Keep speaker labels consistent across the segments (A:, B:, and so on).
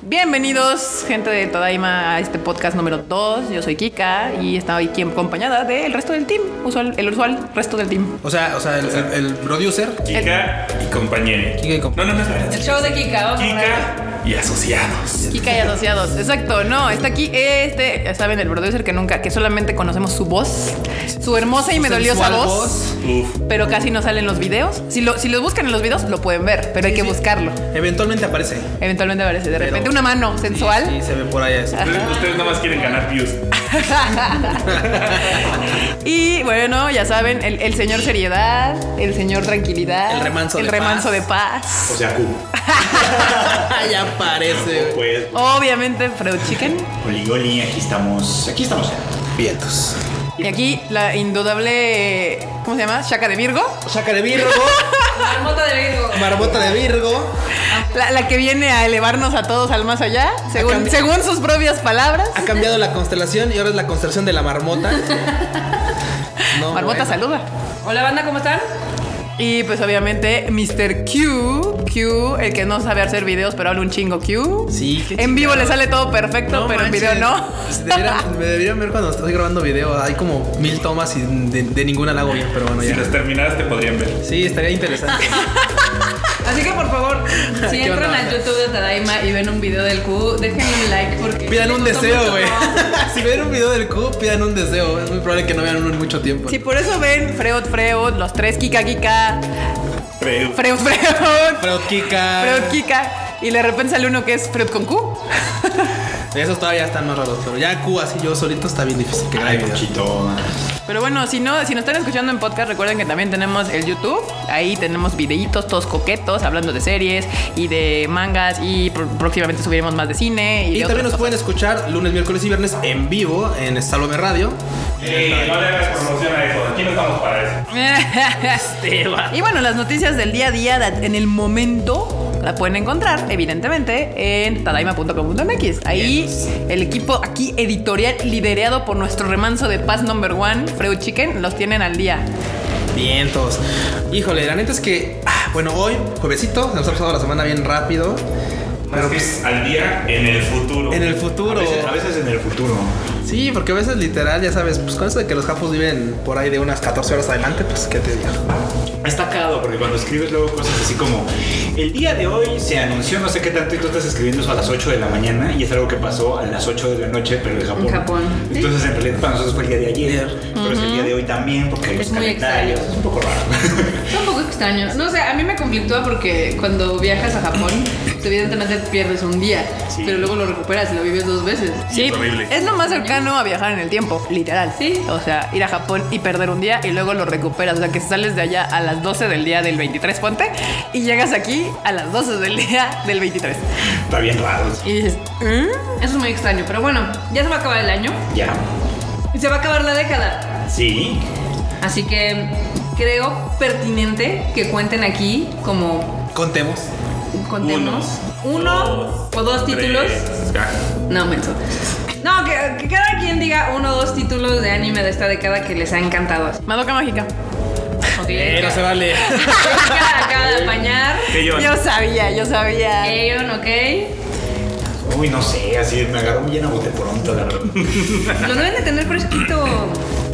A: Bienvenidos, gente de Tadaima, a este podcast número 2. Yo soy Kika y estoy aquí acompañada del resto del team, usual, el usual resto del team.
B: O sea, o sea, el, el- el producer.
C: Kika y compañía.
B: Kika y comp-
C: No, no, no, espera.
D: El show de Kika, vamos a ponerlo.
C: Kika y asociados.
A: Kika y asociados, exacto, no, está aquí este, ya saben, el producer que nunca, que solamente conocemos su voz, su hermosa y me doliosa
B: sensual
A: voz,
C: Uf.
A: pero casi no salen los videos. Si lo, si los buscan en los videos, lo pueden ver, pero hay
B: Sí,
A: que
B: sí.
A: buscarlo.
B: Eventualmente aparece.
A: Eventualmente aparece de
B: Pero-
A: repente una mano sensual.
B: Sí, sí, se ve por ahí así.
C: Ustedes, ustedes nada más quieren ganar views.
A: Y bueno, ya saben, el, el señor seriedad, el señor tranquilidad,
B: El remanso
A: el
B: de
A: remanso
B: paz.
A: de paz.
C: O sea, Q.
B: ya aparece.
C: Pues,
A: Obviamente, Freud Chicken.
C: Oligoli, aquí estamos. Aquí estamos.
B: Vientos.
A: Y aquí la indudable. ¿Cómo se llama? Shaka de Virgo.
B: Saca de Virgo,
D: Marmota de Virgo.
B: marmota de Virgo.
A: La, la que viene a elevarnos a todos al más allá, según,
B: cambi-
A: según sus propias palabras.
B: Ha cambiado la constelación y ahora es la constelación de la marmota. No,
A: Marmota
B: bueno.
A: saluda.
D: Hola, banda, ¿cómo están?
A: Y pues obviamente Mr. Q, Q, el que no sabe hacer videos pero habla un chingo Q.
B: Sí, qué
A: En vivo
B: chingado.
A: le sale todo perfecto, pero en video
B: manches.
A: no.
B: Se deberían- me deberían ver cuando estoy grabando video. Hay como mil tomas y de, de ninguna la hago bien, pero bueno,
C: Si
B: ya.
C: los terminaras te podrían ver.
B: Sí, estaría interesante.
D: Así que por favor, si
B: ¿Qué
D: entran
B: onda?
D: al YouTube de Tadaima y ven un video del Q, déjenle un like porque.
B: Pidan
D: me
B: un
D: gustó
B: deseo,
D: mucho,
B: güey.
D: ¿no?
B: si ven un video del Q, pidan un deseo. Es muy probable que no vean uno en mucho tiempo.
A: Si por eso ven Freud, Freud, los tres Kika, Kika,
C: Pero-
A: Freud, Freud,
B: Freud Kika.
A: Freud, Kika, y de repente sale uno que es Freud con Q.
B: Esos todavía están más raros, pero ya Q así yo solito está bien difícil que grabe video.
A: Pero bueno, si no, si nos están escuchando en podcast, recuerden que también tenemos el YouTube. Ahí tenemos videitos todos coquetos hablando de series y de mangas y pr- próximamente subiremos más de cine y,
B: Y
A: de
B: también nos
A: otras
B: pueden escuchar lunes, miércoles y viernes en vivo en Salome Radio.
C: Ey, no le hagas promoción a eso. Aquí no estamos para eso.
A: cosas. y bueno, las noticias del día a día da- en el momento la pueden encontrar evidentemente en tadaima.com.mx. Ahí el equipo aquí editorial liderado por nuestro remanso de Paz Number One, Freud Chicken, los tienen al día.
B: Vientos. Híjole, la neta es que, ah, bueno, hoy, juevesito, se nos ha pasado la semana bien rápido.
C: Más que al día pues, en el futuro.
B: En el futuro.
C: en el futuro.
B: pues, Sí, porque a veces literal, ya sabes, pues con eso de que los japos viven por ahí de unas 14 horas adelante, pues qué te digo.
E: Está cagado porque cuando escribes luego cosas así como el día de hoy se anunció no sé qué tanto y tú estás escribiendo eso a las 8 de la mañana y es algo que pasó a las 8 de la noche pero de Japón.
D: En Japón.
E: Entonces en realidad para nosotros fue el día de ayer, pero es el día de hoy también porque
D: Es
E: los
D: muy
E: calendarios
D: extraño.
E: es un poco raro.
D: Está un poco extraño. No sé, a mí me conflictúa porque cuando viajas a Japón, pues, evidentemente pierdes un día,
E: Sí.
D: pero luego lo recuperas y lo vives dos veces.
A: Sí,
C: Es horrible.
A: es lo más cercano a viajar en el tiempo, literal.
D: Sí.
A: O sea, ir a Japón y perder un día y luego lo recuperas. O sea, que sales de allá a las 12 del día del 23, ponte, y llegas aquí a las 12 del día del 23.
E: Está bien raro.
A: Y dices, "¿Mm?".
D: Eso es muy extraño, pero bueno, ya se va a acabar el año
E: Ya.
D: y se va a acabar la década.
E: Sí.
D: Así que creo pertinente que cuenten aquí como
B: Contemos.
D: contemos uno o dos títulos.
C: Tres. Ya.
D: No, menso. No, que, que cada quien diga uno o dos títulos de anime de esta década que les ha encantado.
A: Madoka Mágica.
D: Ok,
B: Eh, vale.
D: Acá- acaba de apañar.
C: Que yo.
A: Yo sabía, yo sabía.
D: Aeon, ok.
E: Uy, no sé, así me agarró muy llena bote pronto, la verdad.
D: Lo deben de tener fresquito.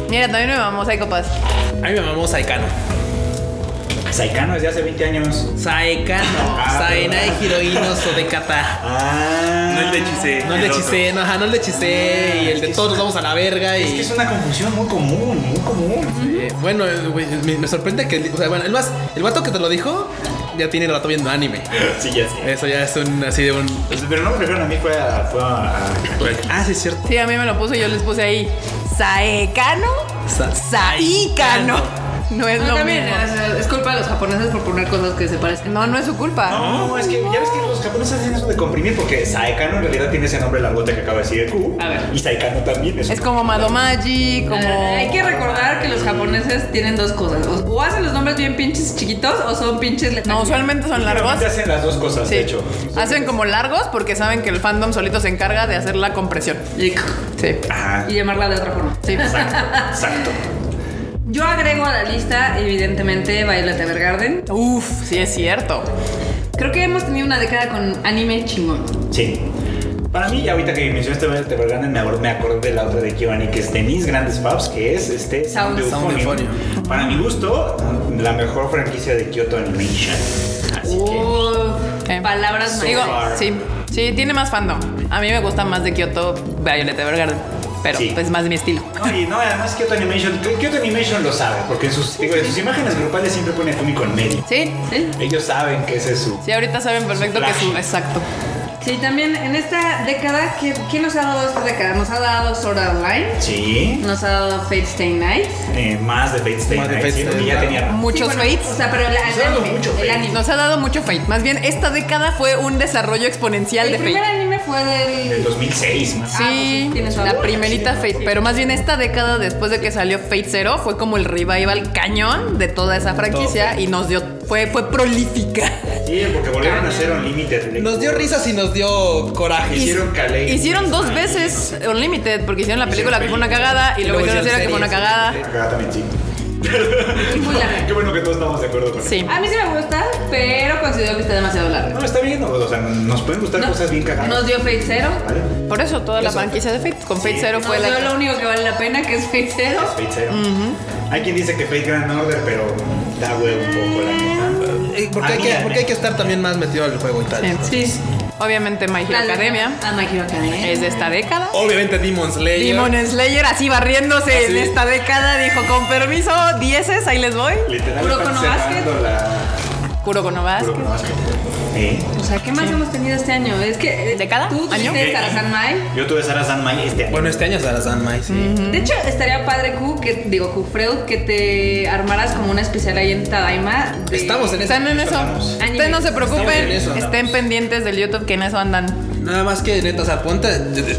A: Mira, también me vamos a copas.
B: A mí me mamó Saikano.
E: Saikano desde hace 20 años.
B: Saekano,
E: Ah,
B: Saenai Hirohino Sodekata.
E: Ah.
C: No el de hechicé.
B: No el de
C: otro.
B: hechicé, no, ajá, no el de hechicé. Y el de todos nos vamos a la verga.
E: Es que
B: Y
E: es una confusión muy común, muy común.
B: eh, bueno, eh, güey, me, me sorprende que. O sea, bueno, el, más, el vato que te lo dijo ya tiene rato viendo anime.
E: Sí, ya sé.
B: Eso ya es un así de un.
E: Pues, Pero no me refiero a mí, fue a. Fue a-
B: Ah, sí, es cierto.
A: Sí, a mí me lo puso y yo les puse ahí. Saecano,
B: Sa-
A: Saicano. No es
D: No,
A: lo
D: Ah, también
A: mismo.
D: o sea, es culpa de los japoneses por poner cosas que se parezcan.
A: No, no es su culpa.
E: Ah, No, es que ya ves que los japoneses hacen eso de comprimir porque Saekano en realidad tiene ese nombre largote que acaba de decir el Q.
D: A ver.
E: Y Saekano también es.
A: Es como Madomaji, como.
D: Ah, Hay que recordar que los japoneses tienen dos cosas. O, o hacen los nombres bien pinches chiquitos o son pinches letales.
A: No, usualmente son largos.
E: Realmente hacen las dos cosas,
A: Sí.
E: de hecho.
A: Hacen como largos porque saben que el fandom solito se encarga de hacer la compresión.
D: Y,
A: Sí.
E: Ajá.
D: y llamarla de otra forma.
A: Sí.
E: Ah, Exacto.
D: Yo agrego a la lista, evidentemente, Violet Evergarden.
A: Uf, sí es cierto.
D: Creo que hemos tenido una década con anime chingón.
E: Sí. Para mí, ahorita que mencionaste Velvet Evergarden, me acordé, me acordé de la otra de Giovanni, que es de mis grandes faves, que es este
D: Sound-
B: Sound
E: Euphonium.
B: Euphonium.
E: Para mi gusto, la mejor franquicia de Kyoto Animation. Así que...
A: Eh.
D: palabras
E: So
A: Digo,
E: far.
A: sí, sí, tiene más fandom. A mí me gusta más de Kyoto Violet Evergarden, pero
E: Sí.
A: pues más de mi estilo.
E: No, y no, además Kyoto Animation, Kyoto Animation lo sabe, porque en sus, digo, en sus imágenes grupales siempre pone cómico en medio.
A: Sí, sí.
E: Ellos saben que ese es su...
A: Sí, ahorita saben perfecto que su.
E: Flash.
A: Exacto.
D: Sí, también en esta década, ¿qué, qué nos ha dado esta década? Nos ha dado Sword Art Online,
E: Sí,
D: nos ha dado Fate Stay Night.
E: eh, más de Fate Stay
B: Más de
E: Night,
B: Fate
E: sí,
B: Stay
E: porque ya
B: Night.
E: tenía...
A: Muchos
D: Sí, bueno,
A: fates.
D: O sea, pero la-
E: Nos ha
D: el
E: dado
D: anime.
E: mucho
D: el
E: Fate.
D: anime.
A: Nos ha dado mucho fate. Más bien, esta década fue un desarrollo exponencial
D: El
A: de
D: primer
A: fate.
D: anime fue
E: Del
D: del.
E: 2006 más.
D: Ah, pues sí,
A: Sí,
D: tiene su
A: la
D: valor,
A: primerita
E: sí,
A: Fate,
E: ¿no?
A: pero más bien esta década después de que salió Fate Zero fue como el revival cañón de toda esa franquicia y nos dio, fue, fue prolífica.
E: Sí, porque volvieron a hacer Unlimited.
B: Nos dio risas y nos dio coraje.
E: Y- Hicieron Kalei.
A: Hicieron dos
E: Ay,
A: veces Unlimited porque hicieron la
E: Hicieron
A: película que fue una
E: película.
A: cagada y luego hicieron la serie que fue una cagada.
E: Ah. Acá también sí.
D: Muy larga.
E: Qué bueno que todos estamos de acuerdo con
A: Sí.
D: A mí sí me gusta, pero considero que está demasiado
E: eso.
D: largo.
E: No, está bien, o sea, nos pueden gustar cosas bien cagadas.
D: Nos dio Fate Zero.
E: ¿Vale?
A: Por eso toda la franquicia de Fate, con Fate Zero
D: Nos
A: fue
D: dio lo
A: la...
D: único que vale la pena, que es Fate Zero.
E: Es Fate Zero. Hay quien dice que Fate Grand Order, pero da huevo un poco la neta.
B: Eh, Porque, hay que,
E: Amiga,
B: porque hay que estar también más metido al juego y tal.
A: Sí.
D: Sí.
A: Obviamente My Hero Academia
D: Ah, My Hero Academia.
A: es de esta década.
B: Obviamente Demon Slayer.
A: Demon Slayer así barriéndose en
B: Así.
A: esta década dijo con permiso, dieces, ahí les voy.
E: Literal,
D: Puro
E: están
D: Kono
E: cerrando la...
A: Kuroko no Basket.
E: Puro Kono Basket. Sí.
D: O sea, ¿qué más hemos tenido este año? Es que. eh,
A: ¿Década?
D: Tú
A: ¿Año?
D: tuviste Tarzan Mai.
E: Yo tuve Sara Sanmai este año.
B: Bueno, este año es Sarazan Mai, sí.
A: Mm.
D: De hecho, estaría padre, Q, que, digo, Q, Freud, que te armaras como una especial ahí en Tadaima. de-
B: Estamos en eso.
A: Están en eso.
E: Estamos.
A: Ustedes no se
B: Estamos
A: preocupen,
B: en eso,
A: estén
B: andamos.
A: pendientes del YouTube que en eso andan.
B: Nada más que neta, o sea, ponte.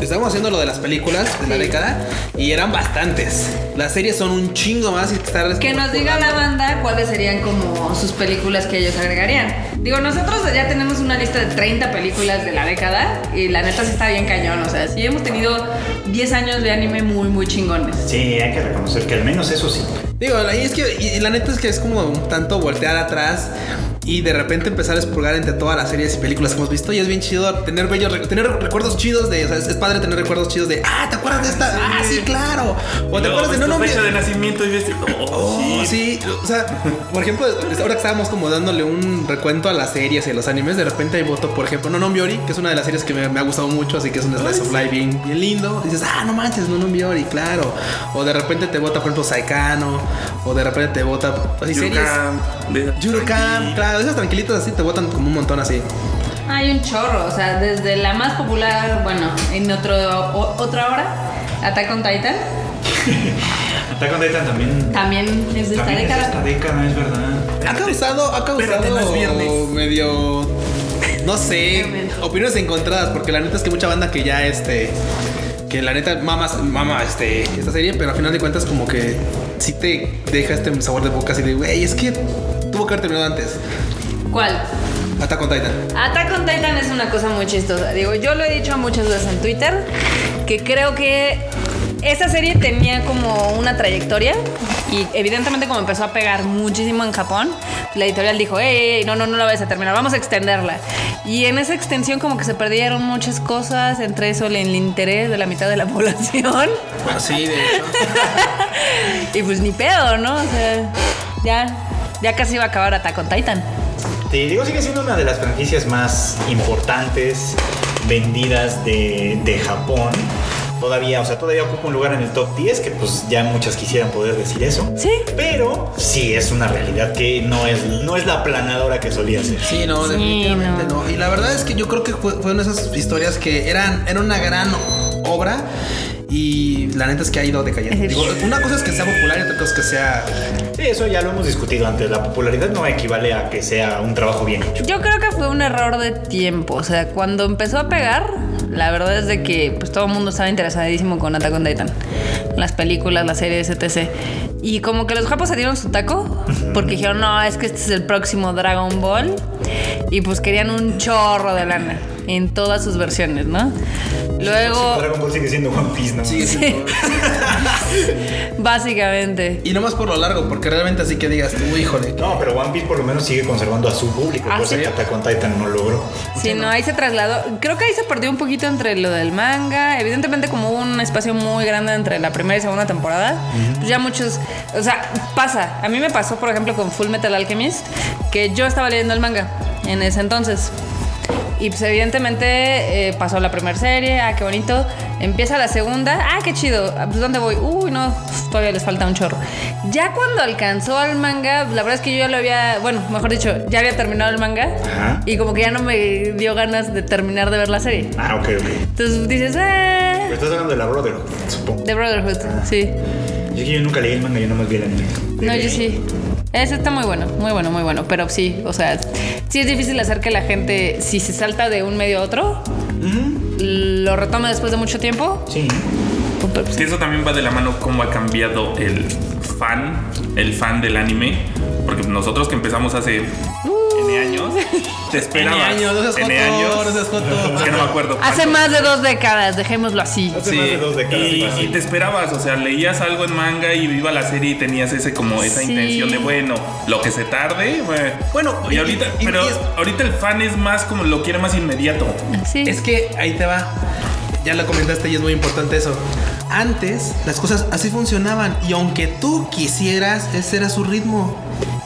B: Estábamos haciendo lo de las películas de la década y eran bastantes. Las series son un chingo más y estar.
D: Que nos diga la banda cuáles serían como sus películas que ellos agregarían. Digo, nosotros ya tenemos una lista de 30 películas de la década y la neta sí está bien cañón. O sea, sí hemos tenido 10 años de anime muy, muy chingones.
E: Sí, hay que reconocer que al menos eso sí.
B: Digo, y es que y la neta es que es como un tanto voltear atrás y de repente empezar a expurgar entre todas las series y películas que hemos visto. Y es bien chido tener bellos, re- tener recuerdos chidos de. O sea, es, es padre tener recuerdos chidos de. Ah, ¿te acuerdas de esta? Ah, sí, claro. O te acuerdas de. No, no,
F: fecha
B: mira-
F: de nacimiento y ves. Oh,
B: Oh,
F: shit.
B: sí, o sea, por ejemplo, ahora que estábamos como dándole un recuento a las series y a los animes, de repente hay voto, por ejemplo, No No Miori, que es una de las series que me, me ha gustado mucho, así que es un slice of life bien, bien lindo. dices, ah, no manches, No No Miori, claro. O de repente te vota, por ejemplo, Saikano, o de repente te vota, así series.
F: Yurukam, de-
B: Yurukam, claro, esas tranquilitas así te votan como un montón así.
D: Hay un chorro, o sea, desde la más popular, bueno, en otro, o- otra hora, Attack on Titan,
E: Attack on Titan también.
D: también es de Ah, esta
E: también es esta
D: década.
E: década, es verdad.
B: Ha causado, ha
F: Espérate, no es
B: causado
F: viernes.
B: medio. No sé, opiniones encontradas, porque la neta es que mucha banda que ya este. Que la neta mamas, mama este, esta serie, pero al final de cuentas, como que sí te deja este sabor de boca así de, güey, es que tuvo que haber terminado antes.
D: ¿Cuál?
B: Hasta con Titan.
D: Attack on Titan es una cosa muy chistosa. Digo, yo lo he dicho muchas veces en Twitter, que creo que esa serie tenía como una trayectoria y evidentemente como empezó a pegar muchísimo en Japón, la editorial dijo, hey, no, no, no la vayas a terminar, vamos a extenderla. Y en esa extensión como que se perdieron muchas cosas, entre eso el, el interés de la mitad de la población.
B: Sí, de hecho.
D: Y pues ni pedo, ¿no? O sea, ya, ya casi iba a acabar Attack on Titan.
E: Te digo, sigue siendo una de las franquicias más importantes, vendidas de, de Japón. Todavía, o sea, todavía ocupa un lugar en el top 10, que pues ya muchas quisieran poder decir eso.
D: Sí.
E: Pero sí es una realidad que no es, no es la aplanadora que solía ser.
B: Sí, no,
D: Sí,
B: definitivamente
D: no.
B: no. Y la verdad es que yo creo que fue, fue una de esas historias que eran, era una gran obra y la neta es que ha ido decayendo. Digo, una cosa es que sea popular y otra cosa es que sea
E: Sí, eso ya lo hemos discutido antes. La popularidad no equivale a que sea un trabajo bien hecho.
D: Yo creo que fue un error de tiempo. O sea, cuando empezó a pegar, la verdad es de que pues, todo el mundo estaba interesadísimo con Attack on Titan. Las películas, las series, etc. Y como que los japos se dieron su taco porque dijeron, no, es que este es el próximo Dragon Ball. Y pues querían un chorro de lana en todas sus versiones, ¿no? Luego...
E: pues, Dragon Ball sigue siendo One Piece, ¿no?
B: Sí, sí.
D: Básicamente.
B: Y no más por lo largo, porque realmente así que digas tú, híjole.
E: No, pero One Piece por lo menos sigue conservando a su público,
D: Ah,
E: cosa
D: ¿sí?
E: que Attack on Titan no logró.
D: Sí, no, ahí se trasladó. Creo que ahí se perdió un poquito entre lo del manga. Evidentemente, como hubo un espacio muy grande entre la primera y segunda temporada, pues ya muchos. O sea, pasa. A mí me pasó, por ejemplo, con Full Metal Alchemist, que yo estaba leyendo el manga en ese entonces. Y pues evidentemente eh, pasó la primera serie, ah, qué bonito. Empieza la segunda, ah, qué chido. Ah, Pues dónde voy, uy, no, pues, todavía les falta un chorro. Ya cuando alcanzó al manga, la verdad es que yo ya lo había, bueno, mejor dicho, ya había terminado el manga
E: Ajá.
D: y como que ya no me dio ganas de terminar de ver la serie.
E: Ah, ok, ok.
D: Entonces dices,
E: Pero
D: ah,
E: estás hablando de la Brotherhood, supongo.
D: The Brotherhood, sí.
E: Yo, yo nunca leí el manga, yo nomás vi el anime.
D: No, yo sí. Ese está muy bueno, muy bueno, muy bueno. Pero sí, o sea, sí es difícil hacer que la gente, si se salta de un medio a otro, lo retome después de mucho tiempo.
E: Sí.
D: Pero, pues,
F: Que eso también va de la mano cómo ha cambiado el fan, el fan del anime. Porque nosotros que empezamos hace N años, te
B: N
F: esperabas.
B: años, no seas
F: N
B: joto, no
F: años.
B: seas joto.
F: Es que no me acuerdo.
D: Hace
F: cuánto.
D: más de dos décadas, dejémoslo así.
E: Hace
F: Sí,
E: más de dos décadas.
F: y,
E: fácil.
F: y te esperabas, o sea, leías algo en manga y viva la serie y tenías ese como esa
D: Sí.
F: intención de bueno, lo que se tarde, bueno,
B: Bueno,
F: y ahorita,
B: y- y-
F: pero
B: y es-
F: ahorita el fan es más como lo quiere más inmediato.
D: Sí.
B: Es que ahí te va. Ya lo comentaste y es muy importante eso. Antes las cosas así funcionaban y aunque tú quisieras, ese era su ritmo.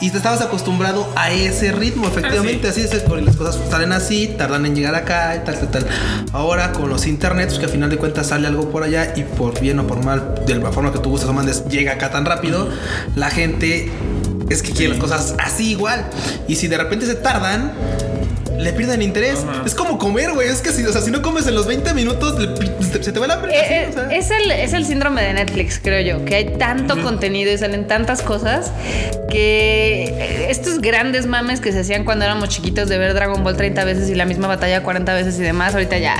B: Y te estabas acostumbrado a ese ritmo, efectivamente, así es, porque las cosas salen así, tardan en llegar acá y tal, tal, tal. Ahora con los internets, pues, que al final de cuentas sale algo por allá y por bien o por mal, de la forma que tú gustas o mandes, llega acá tan rápido, la gente es que quiere las cosas así igual. Y si de repente se tardan, le pierden interés. Es como comer, güey. Es que si, o sea, si no comes en los 20 minutos, le pi- se se te va el hambre.
D: Eh, eh,
B: así, o sea.
D: es, el, es el síndrome de Netflix, creo yo, que hay tanto contenido y salen tantas cosas que eh, estos grandes mames que se hacían cuando éramos chiquitos de ver Dragon Ball 30 veces y la misma batalla 40 veces y demás, ahorita ya.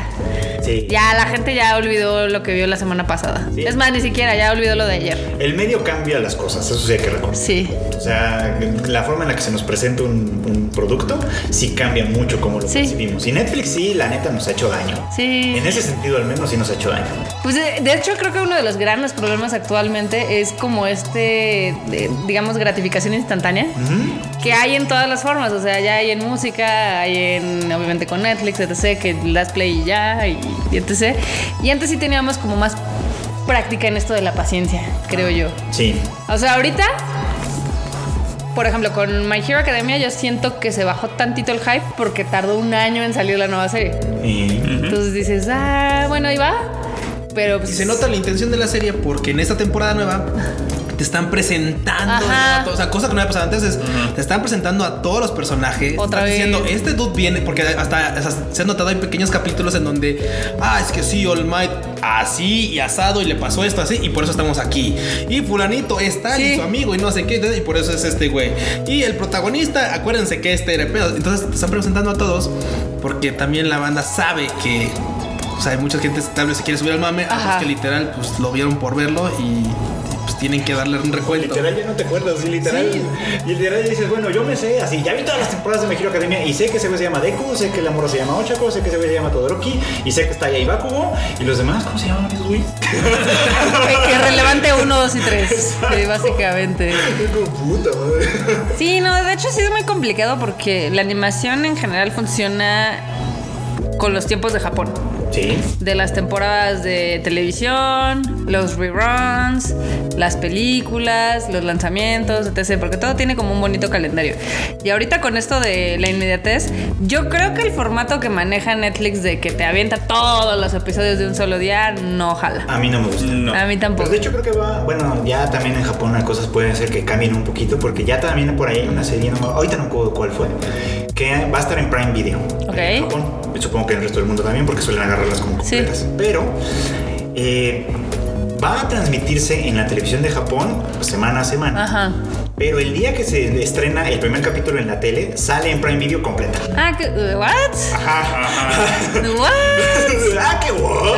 E: Sí.
D: Ya la gente ya olvidó lo que vio la semana pasada.
E: Sí.
D: Es más, ni siquiera ya olvidó lo de ayer.
E: El medio cambia las cosas, eso sí hay que reconocer.
D: Sí.
E: O sea, la forma en la que se nos presenta un, un producto sí cambia mucho como lo
D: Sí.
E: percibimos. Y Netflix sí, la neta, nos ha hecho daño.
D: Sí.
E: En ese sentido, al menos, sí nos ha hecho daño.
D: Pues de, de hecho creo que uno de los grandes problemas actualmente es como este, de- digamos, gratificación instantánea. que hay en todas las formas, o sea, ya hay en música, hay en, obviamente con Netflix, etc., que las play y ya, y, y etc. Y antes sí teníamos como más práctica en esto de la paciencia, creo yo.
E: Sí.
D: O sea, ahorita, por ejemplo, con My Hero Academia yo siento que se bajó tantito el hype porque tardó un año en salir la nueva serie.
E: Y-
D: Entonces dices, ah, bueno, ahí va, pero
B: Y
D: pues...
B: se nota la intención de la serie porque en esta temporada nueva te están presentando,
D: Ajá.
B: a todos, o sea, cosa que no había pasado antes es te están presentando a todos los personajes,
D: Otra
B: están diciendo
D: vez.
B: este dude viene porque hasta, hasta se han notado hay pequeños capítulos en donde ah es que sí All Might así y asado y le pasó esto así y por eso estamos aquí y fulanito está
D: Sí.
B: y su amigo y no sé qué y por eso es este güey y el protagonista acuérdense que este era el pedo. entonces te están presentando a todos porque también la banda sabe que o sea, hay mucha gente tal vez se quiere subir al mame, ah, pues
D: Ajá.
B: que literal, pues lo vieron por verlo y pues tienen que darle un recuento.
E: Literal, ya no te acuerdas, sí, literal. Y literal dices, bueno, yo me sé, así, ya vi todas las temporadas de Mejiro Academia y sé que ese güey se llama Deku, sé que la morra se llama Ochako, sé que ese güey se llama Todoroki y sé que está ahí Bakugo y los demás, ¿cómo se llaman esos güeyes?
D: Que, que relevante uno, dos y tres, sí, básicamente.
E: Es como puta madre.
D: Sí, no, de hecho sí es muy complicado porque la animación en general funciona con los tiempos de Japón.
E: Sí.
D: De las temporadas de televisión, los reruns, las películas, los lanzamientos, etc. Porque todo tiene como un bonito calendario. Y ahorita con esto de la inmediatez, yo creo que el formato que maneja Netflix de que te avienta todos los episodios de un solo día, no jala.
E: A mí no me gusta.
F: No.
D: A mí tampoco.
E: Pues de hecho creo que va, bueno, ya también en Japón las cosas pueden ser que cambien un poquito porque ya también por ahí hay una serie, no me- ahorita no me acuerdo cuál fue, que va a estar en Prime Video.
D: Ok.
E: En Japón, supongo que en el resto del mundo también porque suelen agarrarlas como
D: ¿Eh? Sí.
E: completas. Pero eh, va a transmitirse en la televisión de Japón semana a semana.
D: Ajá.
E: Pero el día que se estrena el primer capítulo en la tele, sale en Prime Video completa.
D: Ah, que, what? What?
E: ¡Ah, qué
D: ¿Eh?
E: guapo!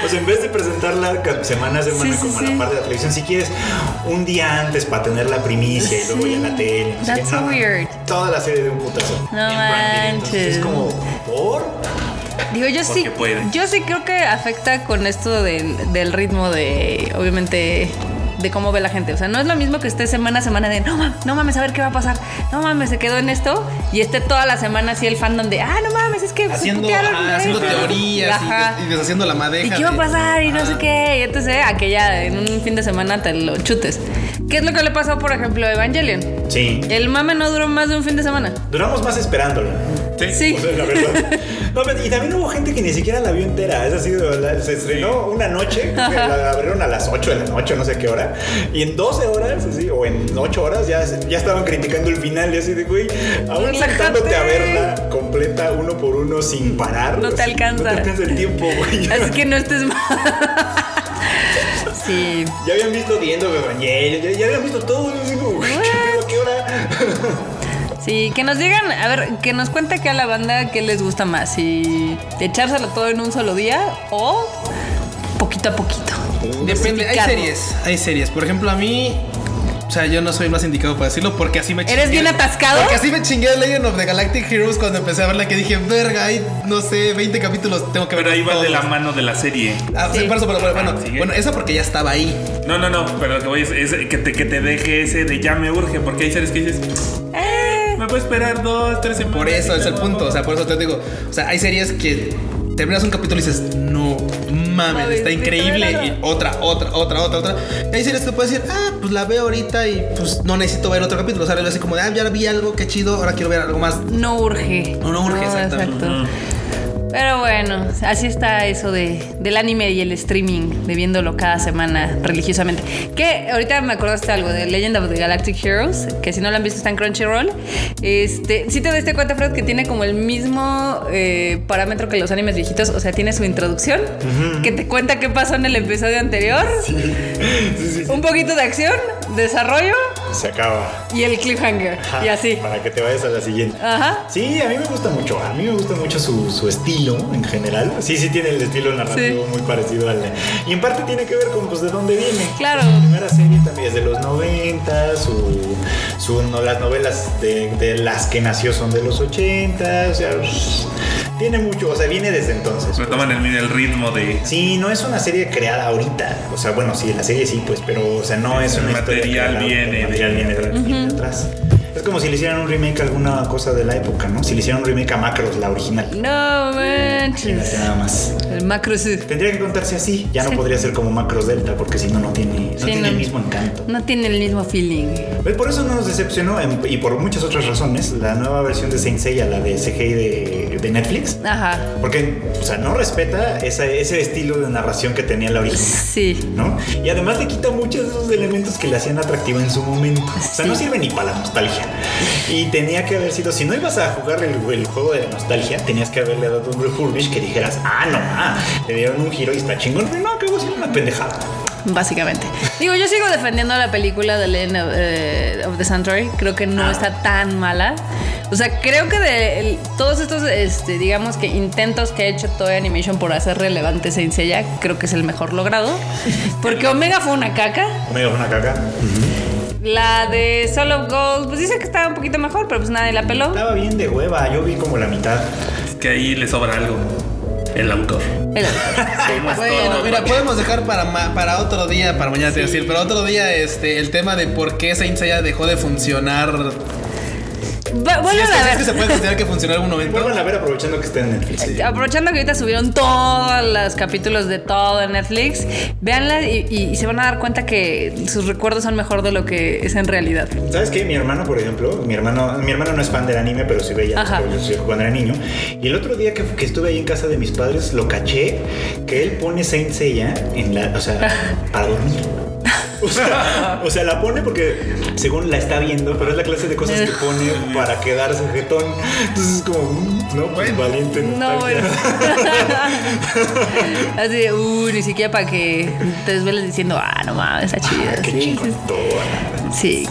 E: Pues en vez de presentarla ca- semana a semana
D: Sí, sí,
E: como a
D: sí.
E: la parte de la televisión, si quieres un día antes para tener la primicia y luego
D: Sí.
E: ya la tele. no sé
D: That's
E: qué. No,
D: so weird.
E: Toda la serie de un putazo.
D: No
E: En Prime Video. Entonces
D: manches.
E: Es como, ¿por?
D: Digo, yo sí,
F: Porque puede.
D: yo sí creo que afecta con esto del, del ritmo de, obviamente, de cómo ve la gente. O sea, no es lo mismo que esté semana a semana de, no mames, no mames, a ver qué va a pasar. No mames, se quedó en esto. Y esté toda la semana así el fandom de, ah, no mames, es que... se
B: Haciendo,
D: putearon,
B: ajá,
D: ay,
B: haciendo
D: ajá".
B: teorías y
D: Ajá.
B: des- y, deshaciendo la madeja.
D: ¿Y qué va a
B: de-
D: pasar? Y no sé
B: Ajá.
D: qué. Y entonces, eh, a que ya en un fin de semana te lo chutes. ¿Qué es lo que le pasó, por ejemplo, a Evangelion?
E: Sí.
D: El mame no duró más de un fin de semana.
E: Duramos más esperándola.
D: Sí.
E: O sea, la verdad. No, pero- y también hubo gente que ni siquiera la vio entera. Es así, de- la- se estrenó una noche, la, la abrieron a las 8 de la noche, no sé qué hora. Y en 12 horas, así, o en 8 horas, ya, ya estaban criticando el final. Y así de, güey, aún
D: Relájate.
E: sentándote a verla completa uno por uno sin parar.
D: No te
E: así,
D: alcanza.
E: No te alcanza el tiempo, güey.
D: Así que no estés mal. Sí.
E: Ya habían visto viendo Evangelion, ya, ya habían visto todo. Y así como, güey, ¿qué pedo, qué hora?
D: Sí, que nos digan, a ver, que nos cuente que a la banda qué les gusta más, si echárselo todo en un solo día o poquito a poquito.
B: Depende, hay
D: Picardo.
B: series, hay series. Por ejemplo, a mí, o sea, yo no soy el más indicado para decirlo porque así me
D: ¿Eres bien atascado?
B: Porque así me chingué a Legend of the Galactic Heroes cuando empecé a verla que dije, verga, hay, no sé, 20 capítulos, tengo que ver.
F: Pero ahí va de la mano de la serie.
B: Ah, sí,
D: Sí.
B: por eso, pero, pero, bueno,
F: Sigue.
B: bueno, esa porque ya estaba ahí.
F: No, no, no, pero lo que voy es, es que, te, que te deje ese de ya me urge, porque hay series que dices,
D: Eh,
F: me voy a esperar dos, tres semanas.
B: Por eso
F: y
B: es el
F: luego-
B: punto, o sea, por eso te digo, o sea, hay series que terminas un capítulo y dices, no mames,
D: Mames,
B: está
D: sí,
B: increíble,
D: claro.
B: y otra, otra, otra, otra, otra. Y hay series que puedes decir, ah, pues la veo ahorita y pues no necesito ver otro capítulo, o sea, yo así como de, ah, ya vi algo, qué chido, ahora quiero ver algo más.
D: no urge.
B: No, no urge, exactamente.
D: Pero bueno, así está eso de, del anime y el streaming, de viéndolo cada semana religiosamente. Que ahorita me acordaste algo de Legend of the Galactic Heroes, que si no lo han visto está en Crunchyroll. Este, si te diste cuenta, Fred, que tiene como el mismo eh, parámetro que los animes viejitos, o sea, tiene su introducción, que te cuenta qué pasó en el episodio anterior, un poquito de acción, desarrollo
E: Se acaba.
D: y el cliffhanger, y así.
E: Para que te vayas a la siguiente.
D: Ajá.
E: Sí, a mí me gusta mucho. A mí me gusta mucho su, su estilo en general. Sí, sí tiene el estilo narrativo
D: Sí.
E: muy parecido al. Y en parte tiene que ver con pues de dónde viene.
D: Claro.
E: Su primera serie también es de los 90, su, su- no, las novelas de, de las que nació son de los 80, o sea, pues, tiene mucho, o sea, viene desde entonces.
F: Retoman el, el ritmo de
E: Sí, no es una serie creada ahorita. O sea, bueno, sí, la serie sí, pues, pero, o sea, no es
F: El
E: una historia
F: material
E: creada ahorita,
F: viene
E: El material
F: de-
E: viene de, viene de atrás. Es como si le hicieran un remake a alguna cosa de la época, ¿no? Si le hicieran un remake a Macros, la original.
D: No
E: Fíjate
D: manches.
E: Nada más.
D: El macro sur.
E: Tendría que contarse así. Ya
D: Sí.
E: no podría ser como Macros Delta, porque si no, no tiene, no
D: Sí,
E: tiene
D: no.
E: el mismo encanto.
D: No tiene el mismo feeling.
E: Pues por eso no nos decepcionó, en- y por muchas otras razones, la nueva versión de Saint Seiya, la de CGI de, de Netflix.
D: Ajá.
E: Porque, o sea, no respeta esa- ese estilo de narración que tenía la original.
D: Sí.
E: ¿no? Y además le quita muchos de esos elementos que la hacían atractiva en su momento. O sea, no
D: Sí.
E: sirve ni para la nostalgia. Y tenía que haber sido, si no ibas a jugar el, el juego de la nostalgia, tenías que haberle dado un refurbish que dijeras, ah, no, ah, le dieron un giro y está chingón. No, acabó siendo una pendejada.
D: Básicamente. Digo, yo sigo defendiendo la película de Legend of, eh, of the Sanctuary. Creo que no
E: Ah.
D: está tan mala. O sea, creo que de el- todos estos, este, digamos que intentos que ha hecho Toei Animation por hacer relevante Saint Seiya, creo que es el mejor logrado. Porque Omega fue una caca.
E: Omega fue una caca.
D: La de Soul of Gold, pues dice que estaba un poquito mejor, pero pues nadie la peló.
E: Estaba bien de hueva, yo vi como la mitad.
F: que ahí le sobra algo. El autor.
D: Pero-
B: Bueno, mira, podemos dejar para, ma- para otro día, para mañana te iba a decir, pero otro día este, el tema de por qué Saint Seiya dejó de funcionar.
D: Va-
B: Si es
D: vuelvan
B: que,
D: a
B: si es
D: ver.
B: que se puede considerar que funcionó en algún momento.
E: Vuelvan a ver aprovechando que está en Netflix.
D: Aprovechando que ahorita subieron todos los capítulos de todo en Netflix, véanla y, y- y se van a dar cuenta que sus recuerdos son mejor de lo que es en realidad.
E: ¿Sabes qué? Mi hermano, por ejemplo, mi hermano, mi hermano no es fan del anime, pero sí veía los
D: Ajá.
E: rollos de cuando era niño. Y el otro día que, que estuve ahí en casa de mis padres, lo caché que él pone Saint Seiya en la, o sea, para dormir. O sea, o sea, la pone porque según la está viendo, pero es la clase de cosas que pone para quedarse jetón. Entonces es como, mm, no, pues valiente.
D: No,
E: tal,
D: bueno. Así, de, uh, ni siquiera para que te desveles diciendo, ah, no mames, está chida.
E: Qué
D: Sí, sí,
E: chingón.
D: Sí.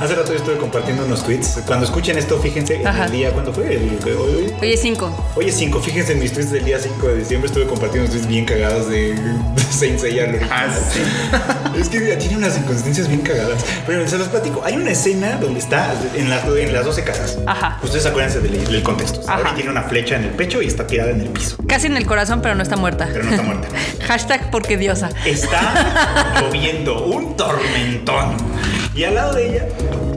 E: Hace rato yo estuve compartiendo unos tweets. Cuando escuchen esto, fíjense en
D: Ajá.
E: el día. ¿Cuándo fue? El- hoy- hoy-
D: Oye, cinco.
E: Hoy es 5, fíjense en mis tweets del día 5 de diciembre. Estuve compartiendo unos tweets bien cagados de, de Saint Seiya. al original.
F: Ah, sí.
E: Es que mira, tiene unas inconsistencias bien cagadas. Pero se los platico. Hay una escena donde está en, la- en las 12 casas.
D: Ajá.
E: Ustedes acuérdense del, del contexto.
D: Ajá.
E: Ahora tiene una flecha en el pecho y está tirada en el piso.
D: Casi en el corazón, pero no está muerta.
E: Pero no está muerta.
D: Hashtag porque diosa.
E: Está lloviendo un tormentón. Y al lado de ella,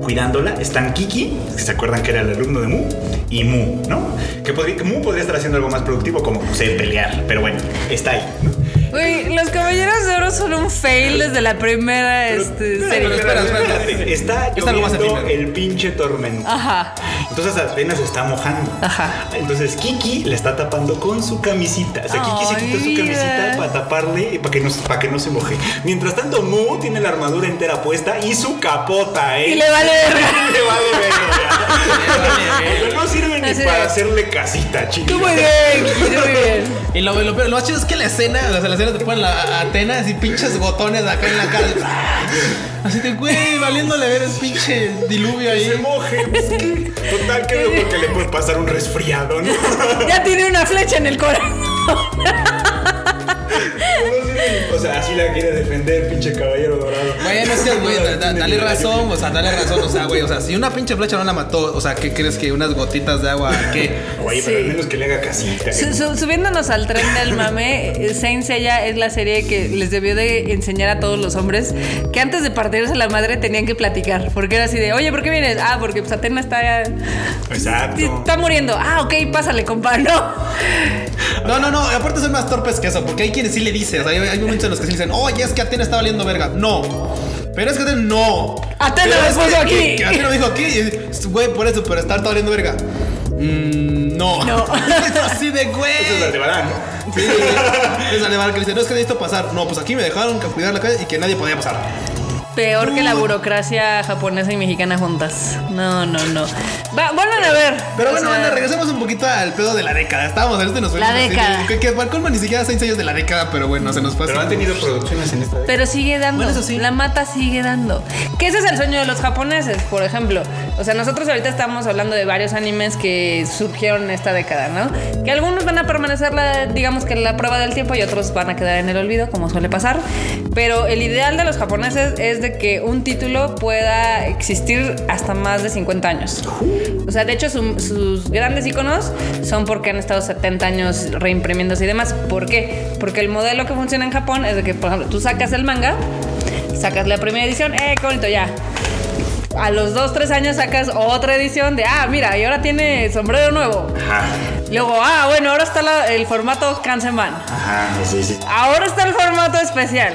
E: cuidándola, están Kiki, que se acuerdan que era el alumno de Mu, y Mu, ¿no? Que, podría, que Mu podría estar haciendo algo más productivo, como, no sé, pelear. Pero bueno, está ahí. ¿no?
D: Güey, los caballeros de oro son un fail desde la primera este, serie.
B: pero espera, espera, espera.
E: Espérate, Está
B: Es algo más
E: lloviendo
B: efímero.
E: el pinche tormento.
D: Ajá.
E: Entonces apenas se está mojando.
D: Ah. Ajá.
E: Entonces Kiki la está tapando con su camisita. O sea, Kiki se
D: Ay,
E: quitó su
D: vida.
E: camisita para taparle y para que, no, para que no se moje. Mientras tanto, Mu tiene la armadura entera puesta y su capota, ¿eh?
D: Y le vale verga.
E: Le vale verga. O sea, no sirve ni
D: Así de-
E: para hacerle casita,
D: Tú
E: chicos.
D: muy bien, Kiki, tú muy bien.
B: Y lo, lo, peor- lo más chido es que la escena, o sea, la escena te ponen la Atena así pinches botones acá en la cara. Así de, güey, valiéndole ver el pinche diluvio
E: Se
B: ahí.
E: moje. pues, ¿qué? Total, que lo que le puede pasar un resfriado, ¿no?
D: Ya tiene una flecha en el corazón.
E: No sirve ni- O sea, así la quiere defender, pinche caballero dorado.
B: Güey, no seas, güey, da- da-
E: Tiene
B: dale
E: que-
B: razón, o sea, dale razón, o sea, güey, o sea, si una pinche flecha no la mató, o sea, ¿qué crees que unas gotitas de agua, qué?
E: Oye, pero al menos que le haga casita.
D: Su- su- subiéndonos al tren del mame, eh, Saint Seiya es la serie que les debió de enseñar a todos los hombres que antes de partirse la madre tenían que platicar. Porque era así de, oye, ¿por qué vienes? Ah, porque pues, Atena está,
E: Exacto.
D: está muriendo. Ah, ok, pásale, compa. No.
B: No, no, no, aparte son más torpes que eso, porque hay quienes sí le dicen, o sea, hay, hay momentos en los que sí dicen, oye, es que Atena está valiendo verga. No. Pero es que Atena no.
D: Atena
B: Pero
D: me
B: es
D: puso
B: que-
D: aquí.
B: que Atena me dijo aquí. y, Güey, por eso, pero estar está valiendo verga. Mm, no.
D: No.
B: Es así de güey.
E: Eso es la de Barán.
B: Sí, es la de Bar que dice, no es que necesito pasar. No, pues aquí me dejaron que cuidar la calle y que nadie podía pasar.
D: Peor que la burocracia japonesa y mexicana juntas. No, no, no. Va, vuelvan a ver.
B: Pero
D: O
B: bueno,
D: sea,
B: banda, regresemos un poquito al pedo de la década. Estábamos en este nos
D: La
B: fuimos así,
D: década.
B: Que, que para colmo ni siquiera seis años de la década, pero bueno, se nos fue
E: Pero
B: así.
E: han tenido producciones en esta década.
D: Pero sigue dando.
B: Bueno, eso sí.
D: La mata sigue dando. Que ese es el sueño de los japoneses, por ejemplo. O sea, nosotros ahorita estamos hablando de varios animes que surgieron en esta década, ¿no? Que algunos van a permanecer, la, digamos que la prueba del tiempo y otros van a quedar en el olvido, como suele pasar. Pero el ideal de los japoneses es de que un título pueda existir hasta más de 50 años. O sea, de hecho, su- sus grandes iconos son porque han estado 70 años reimprimiéndose y demás. ¿Por qué? Porque el modelo que funciona en Japón es de que, por ejemplo, tú sacas el manga, sacas la primera edición, ¡eh, qué bonito, ya! A los 2-3 años sacas otra edición de, ah, mira, y ahora tiene sombrero nuevo.
E: Ajá.
D: Luego, ah, bueno, ahora está la- el formato Kansenban.
E: Ajá, sí, sí.
D: Ahora está el formato especial.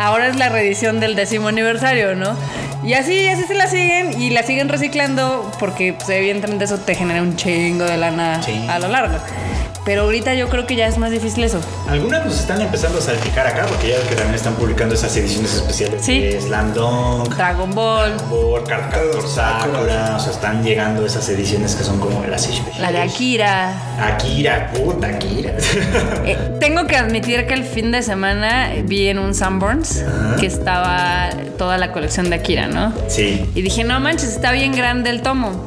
D: Ahora es la reedición del décimo aniversario, ¿no? Y así, así se la siguen y la siguen reciclando porque pues, evidentemente eso te genera un chingo de lana
E: Sí.
D: a lo largo. Pero ahorita yo creo que ya es más difícil eso.
E: Algunas nos están empezando a salpicar acá porque ya ves que también están publicando esas ediciones especiales
D: Sí.
E: de Slam Dunk,
D: Dragon Ball,
E: por Cardcaptor Sakura. O sea, están llegando esas ediciones que son como las especiales.
D: la de Akira.
E: Akira, puta Akira.
D: Eh, tengo que admitir que el fin de semana vi en un Sanborns que estaba toda la colección de Akira, ¿no?
E: sí.
D: Y dije, no manches, está bien grande el tomo.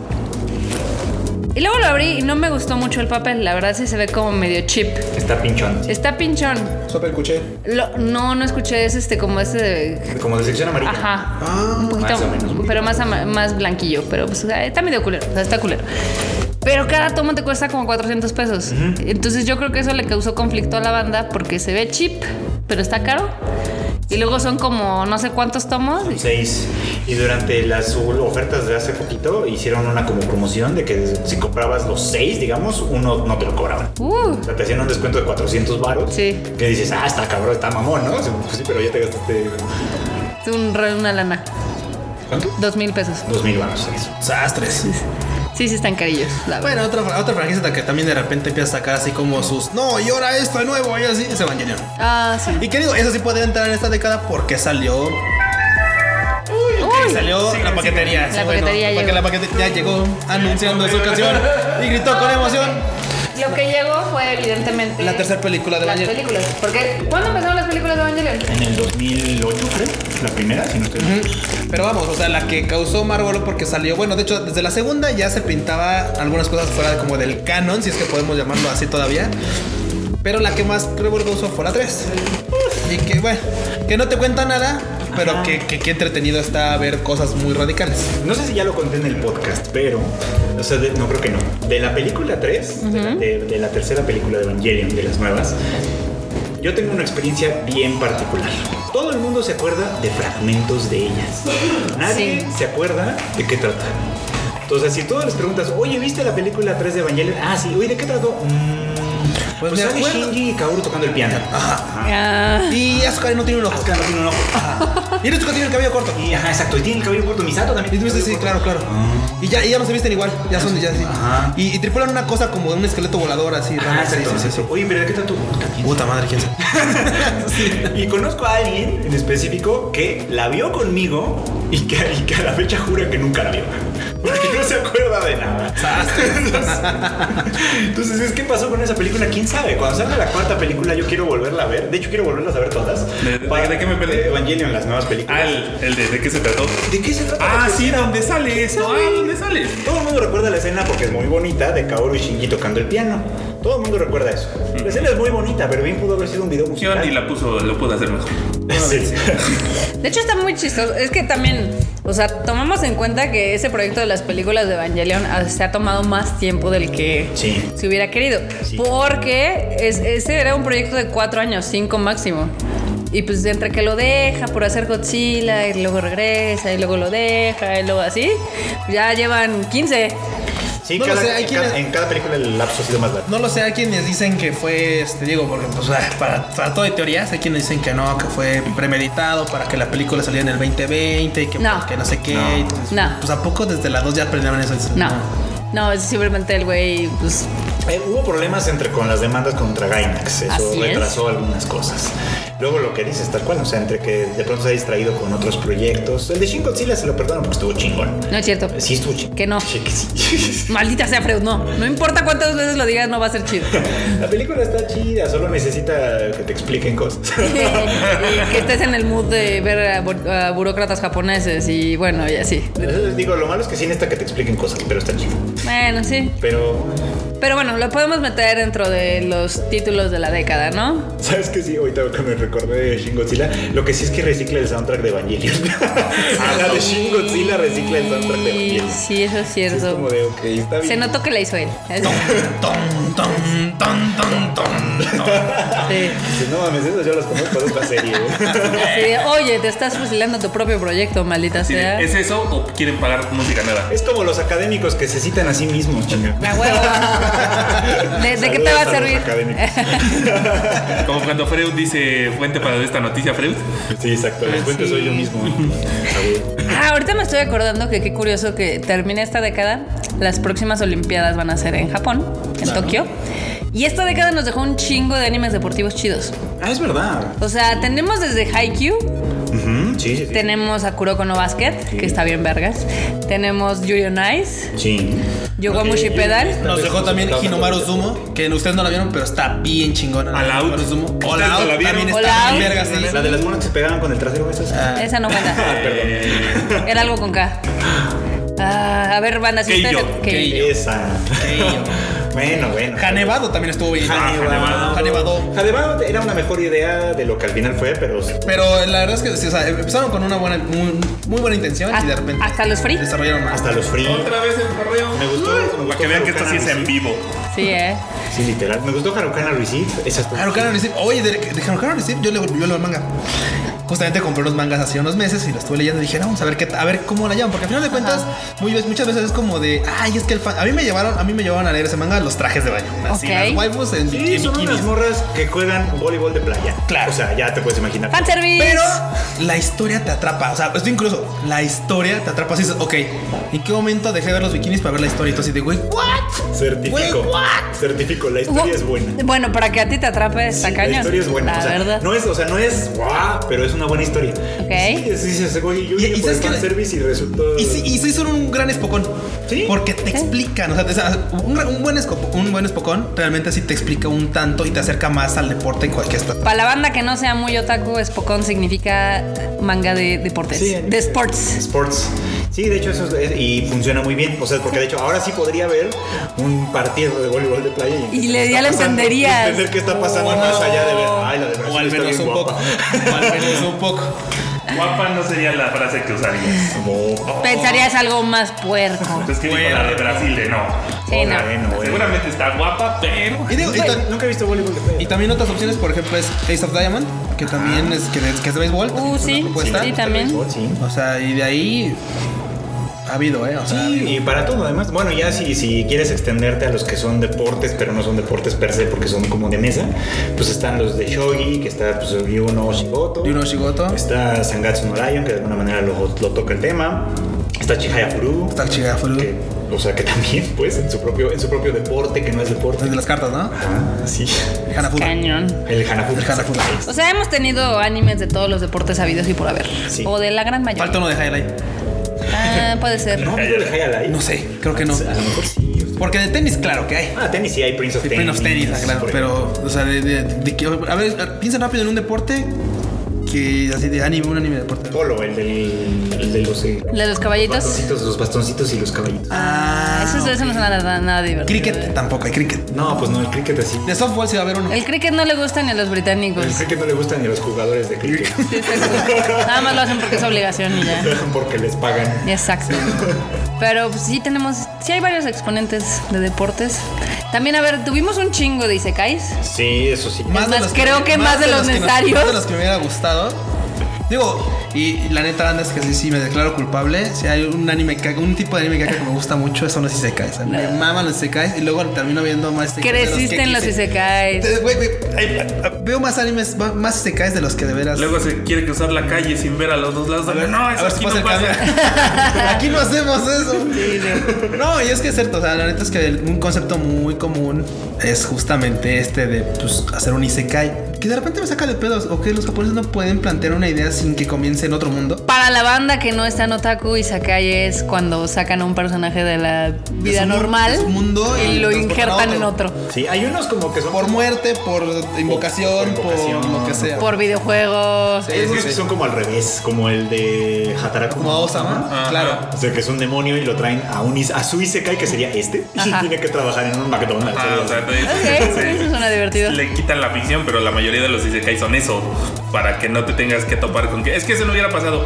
D: Y luego lo abrí y no me gustó mucho el papel. La verdad sí se ve como medio chip.
E: Está pinchón.
D: Está pinchón.
B: Súper cuché.
D: Lo- no, no escuché. Es este como este de...
E: Como de sección amarilla.
D: Ajá. Ah,
B: Ah.
D: un poquito,
E: Más o menos.
D: pero más, ama- más blanquillo. Pero pues, o sea, está medio culero. O sea, está culero. Pero cada tomo te cuesta como 400 pesos. Entonces yo creo que eso le causó conflicto a la banda porque se ve chip, pero está caro. Y luego son como no sé cuántos tomos.
E: Seis. Y durante las ofertas de hace poquito hicieron una como promoción de que si comprabas los seis, digamos, uno no te lo cobraban.
D: Uh,
E: O sea, te hacían un descuento de 400 baros.
D: Sí.
E: Que dices, ah, está cabrón, está mamón, ¿no? Sí, pues sí, pero ya te gastaste
D: es un, re- una lana.
E: ¿Cuánto?
D: Dos mil pesos.
E: 2000 baros en eso.
B: Sastres.
D: Sí, sí están carillos. la verdad.
B: Bueno, otra, fra- otra franquicia que también de repente empieza a sacar así como sus no, y ahora esto de nuevo, y así, es Evangelion.
D: Ah, sí.
B: Y que digo, eso sí podría entrar en esta década porque salió.
D: Uy,
B: Salió la paquetería.
D: La paquetería
B: porque
D: llegó.
B: la paquetería ya llegó anunciando su canción y gritó con emoción.
D: Lo que llegó fue evidentemente...
B: La tercera película de
D: las
B: Evangelion.
D: películas. Porque, ¿cuándo empezaron las películas de Evangelion?
E: En el 2008, creo, la primera, si no estoy mal.
B: Pero vamos, o sea, la que causó Marvel porque salió, bueno, de hecho, desde la segunda ya se pintaba algunas cosas fuera como del canon, si es que podemos llamarlo así todavía. Pero la que más revuelo causó fue la 3. Y que, bueno, que no te cuenta nada, pero que, que, que entretenido está ver cosas muy radicales.
E: No sé si ya lo conté en el podcast, pero. O sea, de- no creo que no. De la película 3, de la- de, de la tercera película de Evangelion, de las nuevas, yo tengo una experiencia bien particular. Todo el mundo se acuerda de fragmentos de ellas. Nadie se acuerda de qué trata. Entonces, si tú les preguntas, oye, ¿viste la película 3 de Evangelion? Ah, sí, oye, ¿de qué trató? Mm,
B: Pues
E: pues
B: me
E: sale
B: acuerdo.
E: Shinji y Kaoru tocando el piano.
D: Ah,
B: Y Asuka no tiene un ojo.
E: Asuka no tiene un ojo.
B: Y Asuka tiene el cabello corto.
E: Y, ajá, exacto. Y tiene el cabello corto. Misato también.
B: Y tú
E: tiene
B: dices,
E: el
B: sí,
E: cabello corto.
B: claro, claro. Y ya, y ya no se visten igual, ya son ya así.
E: Ajá.
B: Y, y tripulan una cosa como de un esqueleto volador así.
E: Ah,
B: raro, sí,
E: exacto,
B: sí, sí, sí.
E: exacto. Oye, pero ¿de qué tanto? Puta, ¿quién
B: Puta madre, quién sabe.
E: sabe? Y conozco a alguien en específico que la vio conmigo y que, y que a la fecha jura que nunca la vio. Porque no se acuerda de nada. Entonces, es que pasó con esa película, quién sabe. Cuando salga la cuarta película, yo quiero volverla a ver. De hecho, quiero volverlas a ver todas.
F: ¿De- de- de qué me perdí?
E: De Evangelion, las nuevas
F: Ah,
E: películas.
F: el, el de, de qué se trató.
E: ¿De qué se trata?
F: Ah, sí, ¿dónde sale eso? Ah, ¿dónde sale?
E: Todo el mundo recuerda la escena porque es muy bonita de Kaoru y Shinji tocando el piano. Todo el mundo recuerda eso. La escena es muy bonita, pero bien pudo haber sido un video musical.
F: Yo ni la puso, lo pudo hacer mejor.
E: Sí.
D: De hecho, está muy chistoso. Es que también, o sea, tomamos en cuenta que ese proyecto de las películas de Evangelion ah, se ha tomado más tiempo del que
E: Sí.
D: se hubiera querido.
E: Sí.
D: Porque es- ese era un proyecto de cuatro años, cinco máximo. Y pues entre que lo deja por hacer Godzilla y luego regresa y luego lo deja y luego así, ya llevan 15.
E: Sí,
B: No lo
E: cada-
B: sé, hay
E: en,
B: quienes-
E: cada, en cada película el lapso ha sido más largo.
B: No lo sé, hay quienes dicen que fue, este, digo, porque pues ah, para, para todo hay teorías, hay quienes dicen que no, que fue premeditado para que la película saliera en el 2020 y que,
D: No.
B: que no sé qué.
E: No.
B: Entonces,
D: No.
B: Pues a poco desde la 2 ya aprendieron eso. Dicen,
D: No,
E: Ah.
D: no, es simplemente el güey, pues
E: Eh, hubo problemas entre con las demandas contra Gainax. Eso
D: Así es.
E: retrasó algunas cosas. Luego lo que dices tal cual, o sea, entre que de pronto se ha distraído con otros proyectos. El de Shin Godzilla se lo perdono porque estuvo chingón.
D: no es cierto.
E: Sí, estuvo chingón.
D: Que no.
E: Sí, que sí.
D: Maldita sea Freud, no. No importa cuántas veces lo digas, no va a ser chido.
E: La película está chida, solo necesita que te expliquen cosas.
D: Y que estés en el mood de ver a, bu- a burócratas japoneses y bueno, y así.
E: Eh, Digo, lo malo es que sí necesita que te expliquen cosas, pero está chido.
D: Bueno, sí.
E: Pero,
D: Pero bueno, lo podemos meter dentro de los títulos de la década, ¿no?
E: ¿sabes qué? Sí, ahorita que me recordé de Shin Godzilla, lo que sí es que recicla el soundtrack de Evangelion. la de Shin Godzilla recicla el soundtrack de
D: Sí,
E: Evangelion.
D: sí, eso es
E: Sí, es
D: cierto.
E: como de, ok, está bien.
D: Se notó que la hizo él. Así.
B: Tom, tom, tom, tom, tom, tom.
D: Sí.
E: Dices, No mames, esas yo las conozco de otra serie. güey".
D: Así de, Oye, te estás fusilando tu propio proyecto, maldita
F: Sí,
D: sea.
F: ¿Es eso o quieren pagar música nueva?
E: es como los académicos que se citan a sí mismos, chinga.
D: La huevo. ¿De, de qué te va a
E: Saludos los
D: servir?
E: académicos.
F: Como cuando Freud dice fuente para esta noticia, Freud.
E: sí, exacto. La fuente soy yo mismo.
D: Ah, ahorita me estoy acordando que qué curioso que termine esta década. Las próximas Olimpiadas van a ser en Japón, en Tokio. Y esta década nos dejó un chingo de animes deportivos chidos.
E: Ah, es verdad.
D: O sea, tenemos desde Haikyuu,
E: Ujú, sí, sí, sí.
D: tenemos a Kuroko no Basket, que está bien vergas. Tenemos Yuri on Ice,
E: Sí.
D: Yogomushi Pedal.
B: Nos dejó también Hinomaru Zumo, que ustedes no la vieron, pero está bien chingona.
F: All Out.
B: Hinomaru Sumo.
F: ¿Ustedes
B: All
F: no
B: Out
F: la vieron?
B: también
D: All
B: está
D: Out.
B: bien verga, sí.
E: La de las monas que se pegaban con el trasero, esas.
D: Esa no
B: Ah,
D: cuenta.
F: Eh,
D: Era algo con K. Ah, a ver, banda, si ustedes...
F: Keiyo,
D: Keiyo.
B: Keiyo.
E: Esa. bueno, bueno.
B: Janevado también estuvo
E: Ah,
B: bien.
E: Janevado.
B: Janevado.
E: Janevado era una mejor idea de lo que al final fue, pero.
B: Pero la verdad es que sí, o sea, empezaron con una buena, muy, muy buena intención y de repente
D: Ah, Hasta los free.
B: desarrollaron más.
E: Hasta los free.
F: Otra vez el correo.
E: Me gustó, me gustó
F: Para que vean que esto sí es en vivo.
D: Sí, eh.
E: Sí, literal. Me gustó Harukana Receive. Esa estuvo-
B: Harukaru Receive. Oye, de, de Harukaru Receive yo leo, yo leo el manga. Justamente compré unos mangas hace unos meses y los estuve leyendo y dije, "No, vamos a ver qué ta- a ver cómo la llaman, porque al final de cuentas muy veces- muchas veces es como de, ay, es que el fan, a mí me llevaron, a mí me llevaron a leer ese manga los trajes de baño, así
D: Ok.
B: las waifus en,
E: Sí,
B: en
E: son unas
B: bikinis.
E: morras que juegan voleibol de playa.
B: Claro.
E: O sea, ya te puedes imaginar.
D: Fanservice.
B: Pero la historia te atrapa, o sea, esto incluso la historia te atrapa así, dices, ok, ¿en qué momento dejé de ver los bikinis para ver la historia? Y tú así de, güey, ¿what?
E: Certifico.
B: Güey, what?
E: Certifico. La historia
D: Hubo-
E: es buena.
D: Bueno, para que a ti te atrape esta
E: Sí,
D: caña.
E: La historia es buena.
D: La
E: o sea,
D: verdad.
E: No es, o sea, no es guau, pero es una buena historia.
D: Ok.
E: Sí, sí, sí, ese güey, yo
B: Y-
E: vine
B: y
E: por
B: ¿sabes
E: el
B: qué?
E: fanservice y resultó...
B: Y sí, y sí son un gran espocón.
E: Sí.
B: Porque te explican. O sea, te- o sea, un, gran- un buen escopo- un buen espocón realmente sí te explica un tanto y te acerca más al deporte en cualquier estatua.
D: Para la banda que no sea muy otaku, Spokon significa manga de deportes.
E: Sí,
D: de sports.
E: Sports. Sí, de hecho eso es, y funciona muy bien, o sea, porque de hecho ahora sí podría haber un partido de voleibol de playa
D: Y le-
E: qué está
D: ya le
E: pasando,
D: entenderías.
E: y entender qué está pasando más allá de ver, ay, la de Brasil
B: O al
E: está
B: menos
E: bien
B: un poco.
E: guapa.
B: O al menos un poco.
F: Guapa no sería la frase que usarías.
E: Como,
D: Pensarías algo más puerco.
F: Entonces, ¿qué dijo la de Brasil de no?
D: Sí, no.
E: bueno, bueno.
F: Seguramente está guapa, pero.
B: Y, digo, y
D: Pues-
B: ta-
E: Nunca he visto voleibol de
B: y
E: playa.
B: también otras opciones, por ejemplo, es Ace of Diamond, que también es que, que es de béisbol. también
D: Ah. Uh,
B: es una
D: sí, sí,
B: propuesta.
D: sí, también.
E: Béisbol, sí.
B: O sea, y de ahí ha habido, ¿eh? O sea,
E: Sí, y para todo además. Bueno, ya si, si quieres extenderte a los que son deportes, pero no son deportes per se porque son como de mesa, pues están los de Shogi, que está pues, Ryuno Shigoto.
B: Ryuno Shigoto.
E: Está Sangatsu no Lion, que de alguna manera lo, lo toca el tema. Está Chihaya Furu.
B: está chida, fue
E: que, o sea, que también, pues, en su propio, en su propio deporte, que no es deporte.
B: el de las cartas, ¿no?
E: Ah, sí.
B: Hanafuda.
D: Cañón.
E: El Hanafu.
B: El Hanafuda.
D: O sea, hemos tenido animes de todos los deportes sabidos y por haber.
E: Sí.
D: O de la gran mayoría.
B: Falta uno de highlight.
D: Ah, puede ser.
E: No, pero el Hanafu.
B: No sé, creo que no.
E: A lo mejor sí.
B: Porque de tenis, claro que hay.
E: Ah, tenis sí hay Prince of
B: De
E: Tennis.
B: Prince of Tennis, ah, claro.
E: por ejemplo.
B: Pero, o sea, de, de- de que- A ver, piensa rápido en un deporte que así de anime, un anime de deporte.
E: Polo, el, del, el de los... eh,
D: ¿La de los caballitos?
E: Los bastoncitos, los bastoncitos y los caballitos.
B: Ah,
D: Eso, eso no es nada, nada divertido.
B: Cricket, tampoco hay cricket.
E: No, pues no, el cricket así.
B: De softball sí va a haber uno.
D: El cricket no le gusta ni a los británicos.
E: El cricket no le gustan ni a los jugadores de cricket.
D: Sí, exacto. Nada más lo hacen porque es obligación y ya.
E: Porque les pagan.
D: Exacto. Pero pues, sí tenemos, sí hay varios exponentes de deportes. También, a ver, tuvimos un chingo de Isekais.
E: Sí, eso sí.
D: Es más, creo que más de los
B: que nos-
D: necesarios.
B: más de los que me hubiera gustado. Digo, y, y la neta, anda, es que sí, sí, me declaro culpable. Si hay un anime caca, un tipo de anime caca que me gusta mucho, son los isekais. O sea, Me maman los isekais y luego termino viendo más isekais de los
D: Creciste
B: que
D: en los
B: quise.
D: Isekais.
B: Te- güey, güey, ay, ay, Veo más animes, ma- más isekais de los que de veras.
F: Luego se quiere cruzar la calle sin ver a los dos lados.
B: A ver,
F: no,
B: a
F: eso
B: ver si
F: aquí
B: pasa
F: no
B: el
F: pasa.
B: cambio. Aquí no hacemos eso. No, y es que es cierto. O sea, la neta es que el- un concepto muy común es justamente este de pues, hacer un isekai. Que de repente me saca de pedos. O que los japoneses no pueden plantear una idea sin que comience en otro mundo.
D: Para la banda que no está en Otaku, Isekai es cuando sacan a un personaje de la vida
B: su mu-
D: normal
B: de su mundo
D: y
B: y
D: lo
B: transportan a
D: injertan en
B: otro.
D: otro.
E: Sí, hay unos como que son
B: Por muerte, por invocación, por,
E: Por invocación.
B: lo que sea.
D: Por videojuegos.
B: Sí,
E: Hay
B: sí,
E: algunos
B: sí.
E: que son como al revés, como el de Hataraku.
B: Como Aosama,
F: Ajá.
B: claro.
E: O sea, que es un demonio y lo traen a un is- a su Isekai, que sería este, y
D: Ajá.
E: tiene que trabajar en un McDonald's.
F: Ah, o sea, te-
D: Ok, eso suena divertido.
F: Le quitan la ficción, pero la mayoría de los isekai son eso. Para que no te tengas que topar con que es que eso no hubiera pasado.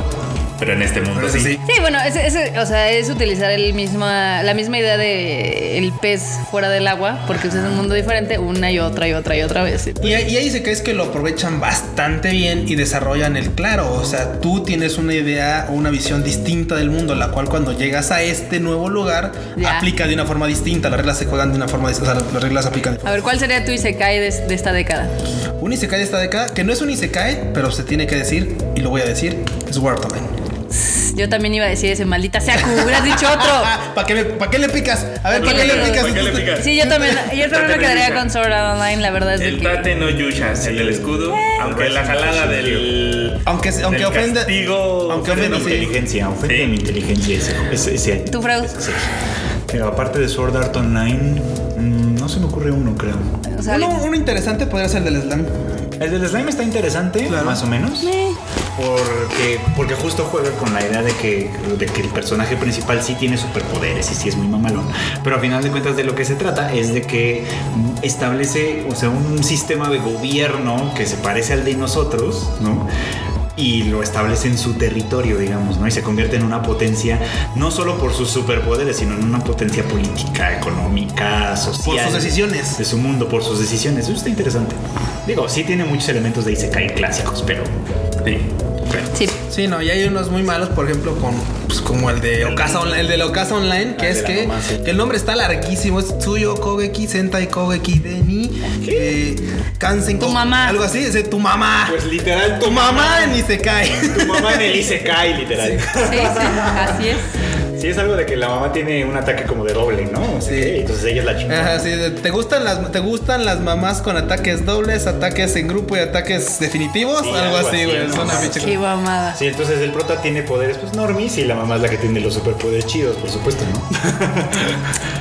F: Pero en este mundo
B: Pero
F: sí.
B: eso sí.
D: Sí, bueno, ese- ese- o sea, es utilizar el misma, la misma idea de el pez fuera del agua, porque es un mundo diferente una y otra y otra y otra vez.
B: Y, ahí- y ahí se es que lo aprovechan bastante bien y desarrollan el claro. O sea, tú tienes una idea o una visión distinta del mundo, la cual cuando llegas a este nuevo lugar
D: Ya.
B: aplica de una forma distinta. Las reglas se juegan de una forma distinta. O sea, las reglas se aplican. de
D: A ver, ¿cuál sería tu Isekai de, de esta década?
B: forma- Un Isekai de esta década, que no es un Isekai, pero se tiene que decir, y lo voy a decir, es War
D: Yo también iba a decir ese, maldita sea, que hubieras dicho otro.
B: ¿Para qué, me- Ah, pa' qué le picas? A ver, ¿para
D: ¿Pa' qué
B: qué
D: le-
B: le picas?
F: pa' qué le picas?
D: Sí, yo también, yo también me quedaría con Sword Art Online, la verdad es de
F: El
D: que...
F: Tate no Yusha, el del escudo. Aunque la jalada del.
B: Eh. Aunque, aunque
F: del
B: ofenda.
F: castigo-
B: aunque
E: Ofende
B: ofenda,
E: mi
B: sí.
E: inteligencia, ofende
F: Sí.
E: mi inteligencia ese. ese, ese-
D: ¿Tú, Freud?
E: ese- Pero aparte de Sword Art Online, mm, no se me ocurre uno, creo.
D: O sea,
B: Uno, uno interesante podría ser el del slam.
E: El del slime está interesante,
B: Claro.
E: más o menos. Porque, porque justo juega con la idea de que, de que el personaje principal sí tiene superpoderes y sí es muy mamalón. Pero al final de cuentas de lo que se trata es de que establece o sea, un sistema de gobierno que se parece al de nosotros, ¿no? Y lo establece en su territorio, digamos, ¿no? Y se convierte en una potencia, no solo por sus superpoderes, sino en una potencia política, económica, social.
B: Por sus decisiones.
E: De su mundo, por sus decisiones. Eso está interesante. Digo, sí tiene muchos elementos de Isekai clásicos, pero...
F: Sí.
E: pero
D: sí,
B: Sí, no, y hay unos muy malos, por ejemplo, con, pues, como el de Ocasa, On- el de la Ocasa Online, que
E: Ah,
B: es
E: de la
B: que,
E: mamá, sí.
B: que el nombre está larguísimo, es Tsuyo Kogeki Sentai Kogeki Deni eh, Kansen
D: Tu
B: Ko-
D: mamá.
B: Algo así, dice tu mamá.
E: Pues literal,
B: tu mamá ni se cae.
E: Tu mamá en el Isekai, literal.
D: sí, sí, así es.
E: Sí, es algo de que la mamá tiene un ataque como de doble, ¿no?
B: Sí.
E: Sí. Entonces ella es la chingona.
B: Ajá, sí, de- ¿te gustan, las, ¿Te gustan las mamás con ataques dobles, ataques en grupo y ataques definitivos?
E: Sí,
B: algo,
E: algo
B: así,
E: así,
B: güey.
E: ¿no?
B: Es una pinche-
D: Qué mamada.
E: Sí, entonces el prota tiene poderes pues normis y la mamá es la que tiene los superpoderes chidos, por supuesto, ¿no?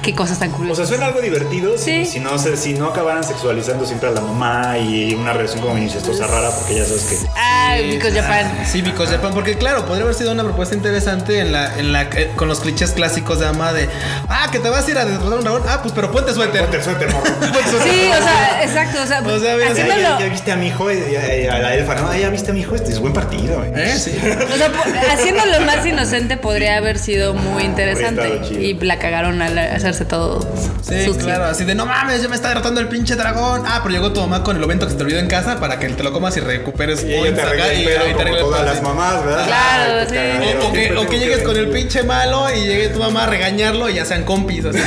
D: Qué cosas tan
E: O sea,
D: curiosas.
E: suena algo divertido
D: Sí.
E: si- si, no, se- si no acabaran sexualizando siempre a la mamá y una relación como incestuosa rara, porque ya sabes que...
D: Ay, because Japan.
B: Sí, Because ah, Japan, porque claro, podría haber sido una propuesta interesante en la, en la, eh, con los clichés clásicos de ama de, ah, que te vas a ir a destrozar un dragón, ah, pues pero ponte suéter.
E: Ponte suerte, morro.
B: Ponte suéter.
D: Sí, o sea, exacto. O sea,
B: O sea, mira,
E: Ya, ya- ya
D: haciéndolo.
E: viste a mi hijo, eh, ya- ya- a la elfa, ¿no? Ah, Ya viste a mi hijo, este es buen partido. eh.
B: ¿Eh? Sí.
D: O sea, po- haciéndolo más inocente podría haber sido muy interesante.
E: Hubiera estado chido.
D: Y la cagaron al hacerse todo
B: Sí,
D: sucio.
B: claro, así de no mames, ya me está derrotando el pinche dragón. Ah, pero llegó tu mamá con el ovento que se te olvidó en casa para que te lo comas y recuperes
E: Y ella te
B: points
E: arregla
B: acá
E: el
B: y- y te
E: pedo como
B: arregla el
E: todas
B: pedo,
E: las
B: sí.
E: mamás, ¿verdad?
D: Claro,
E: Ay, qué
D: sí.
E: cagadero.
B: O, o que, o que llegues con el pinche malo y llegue tu mamá a regañarlo y ya sean compis. Así.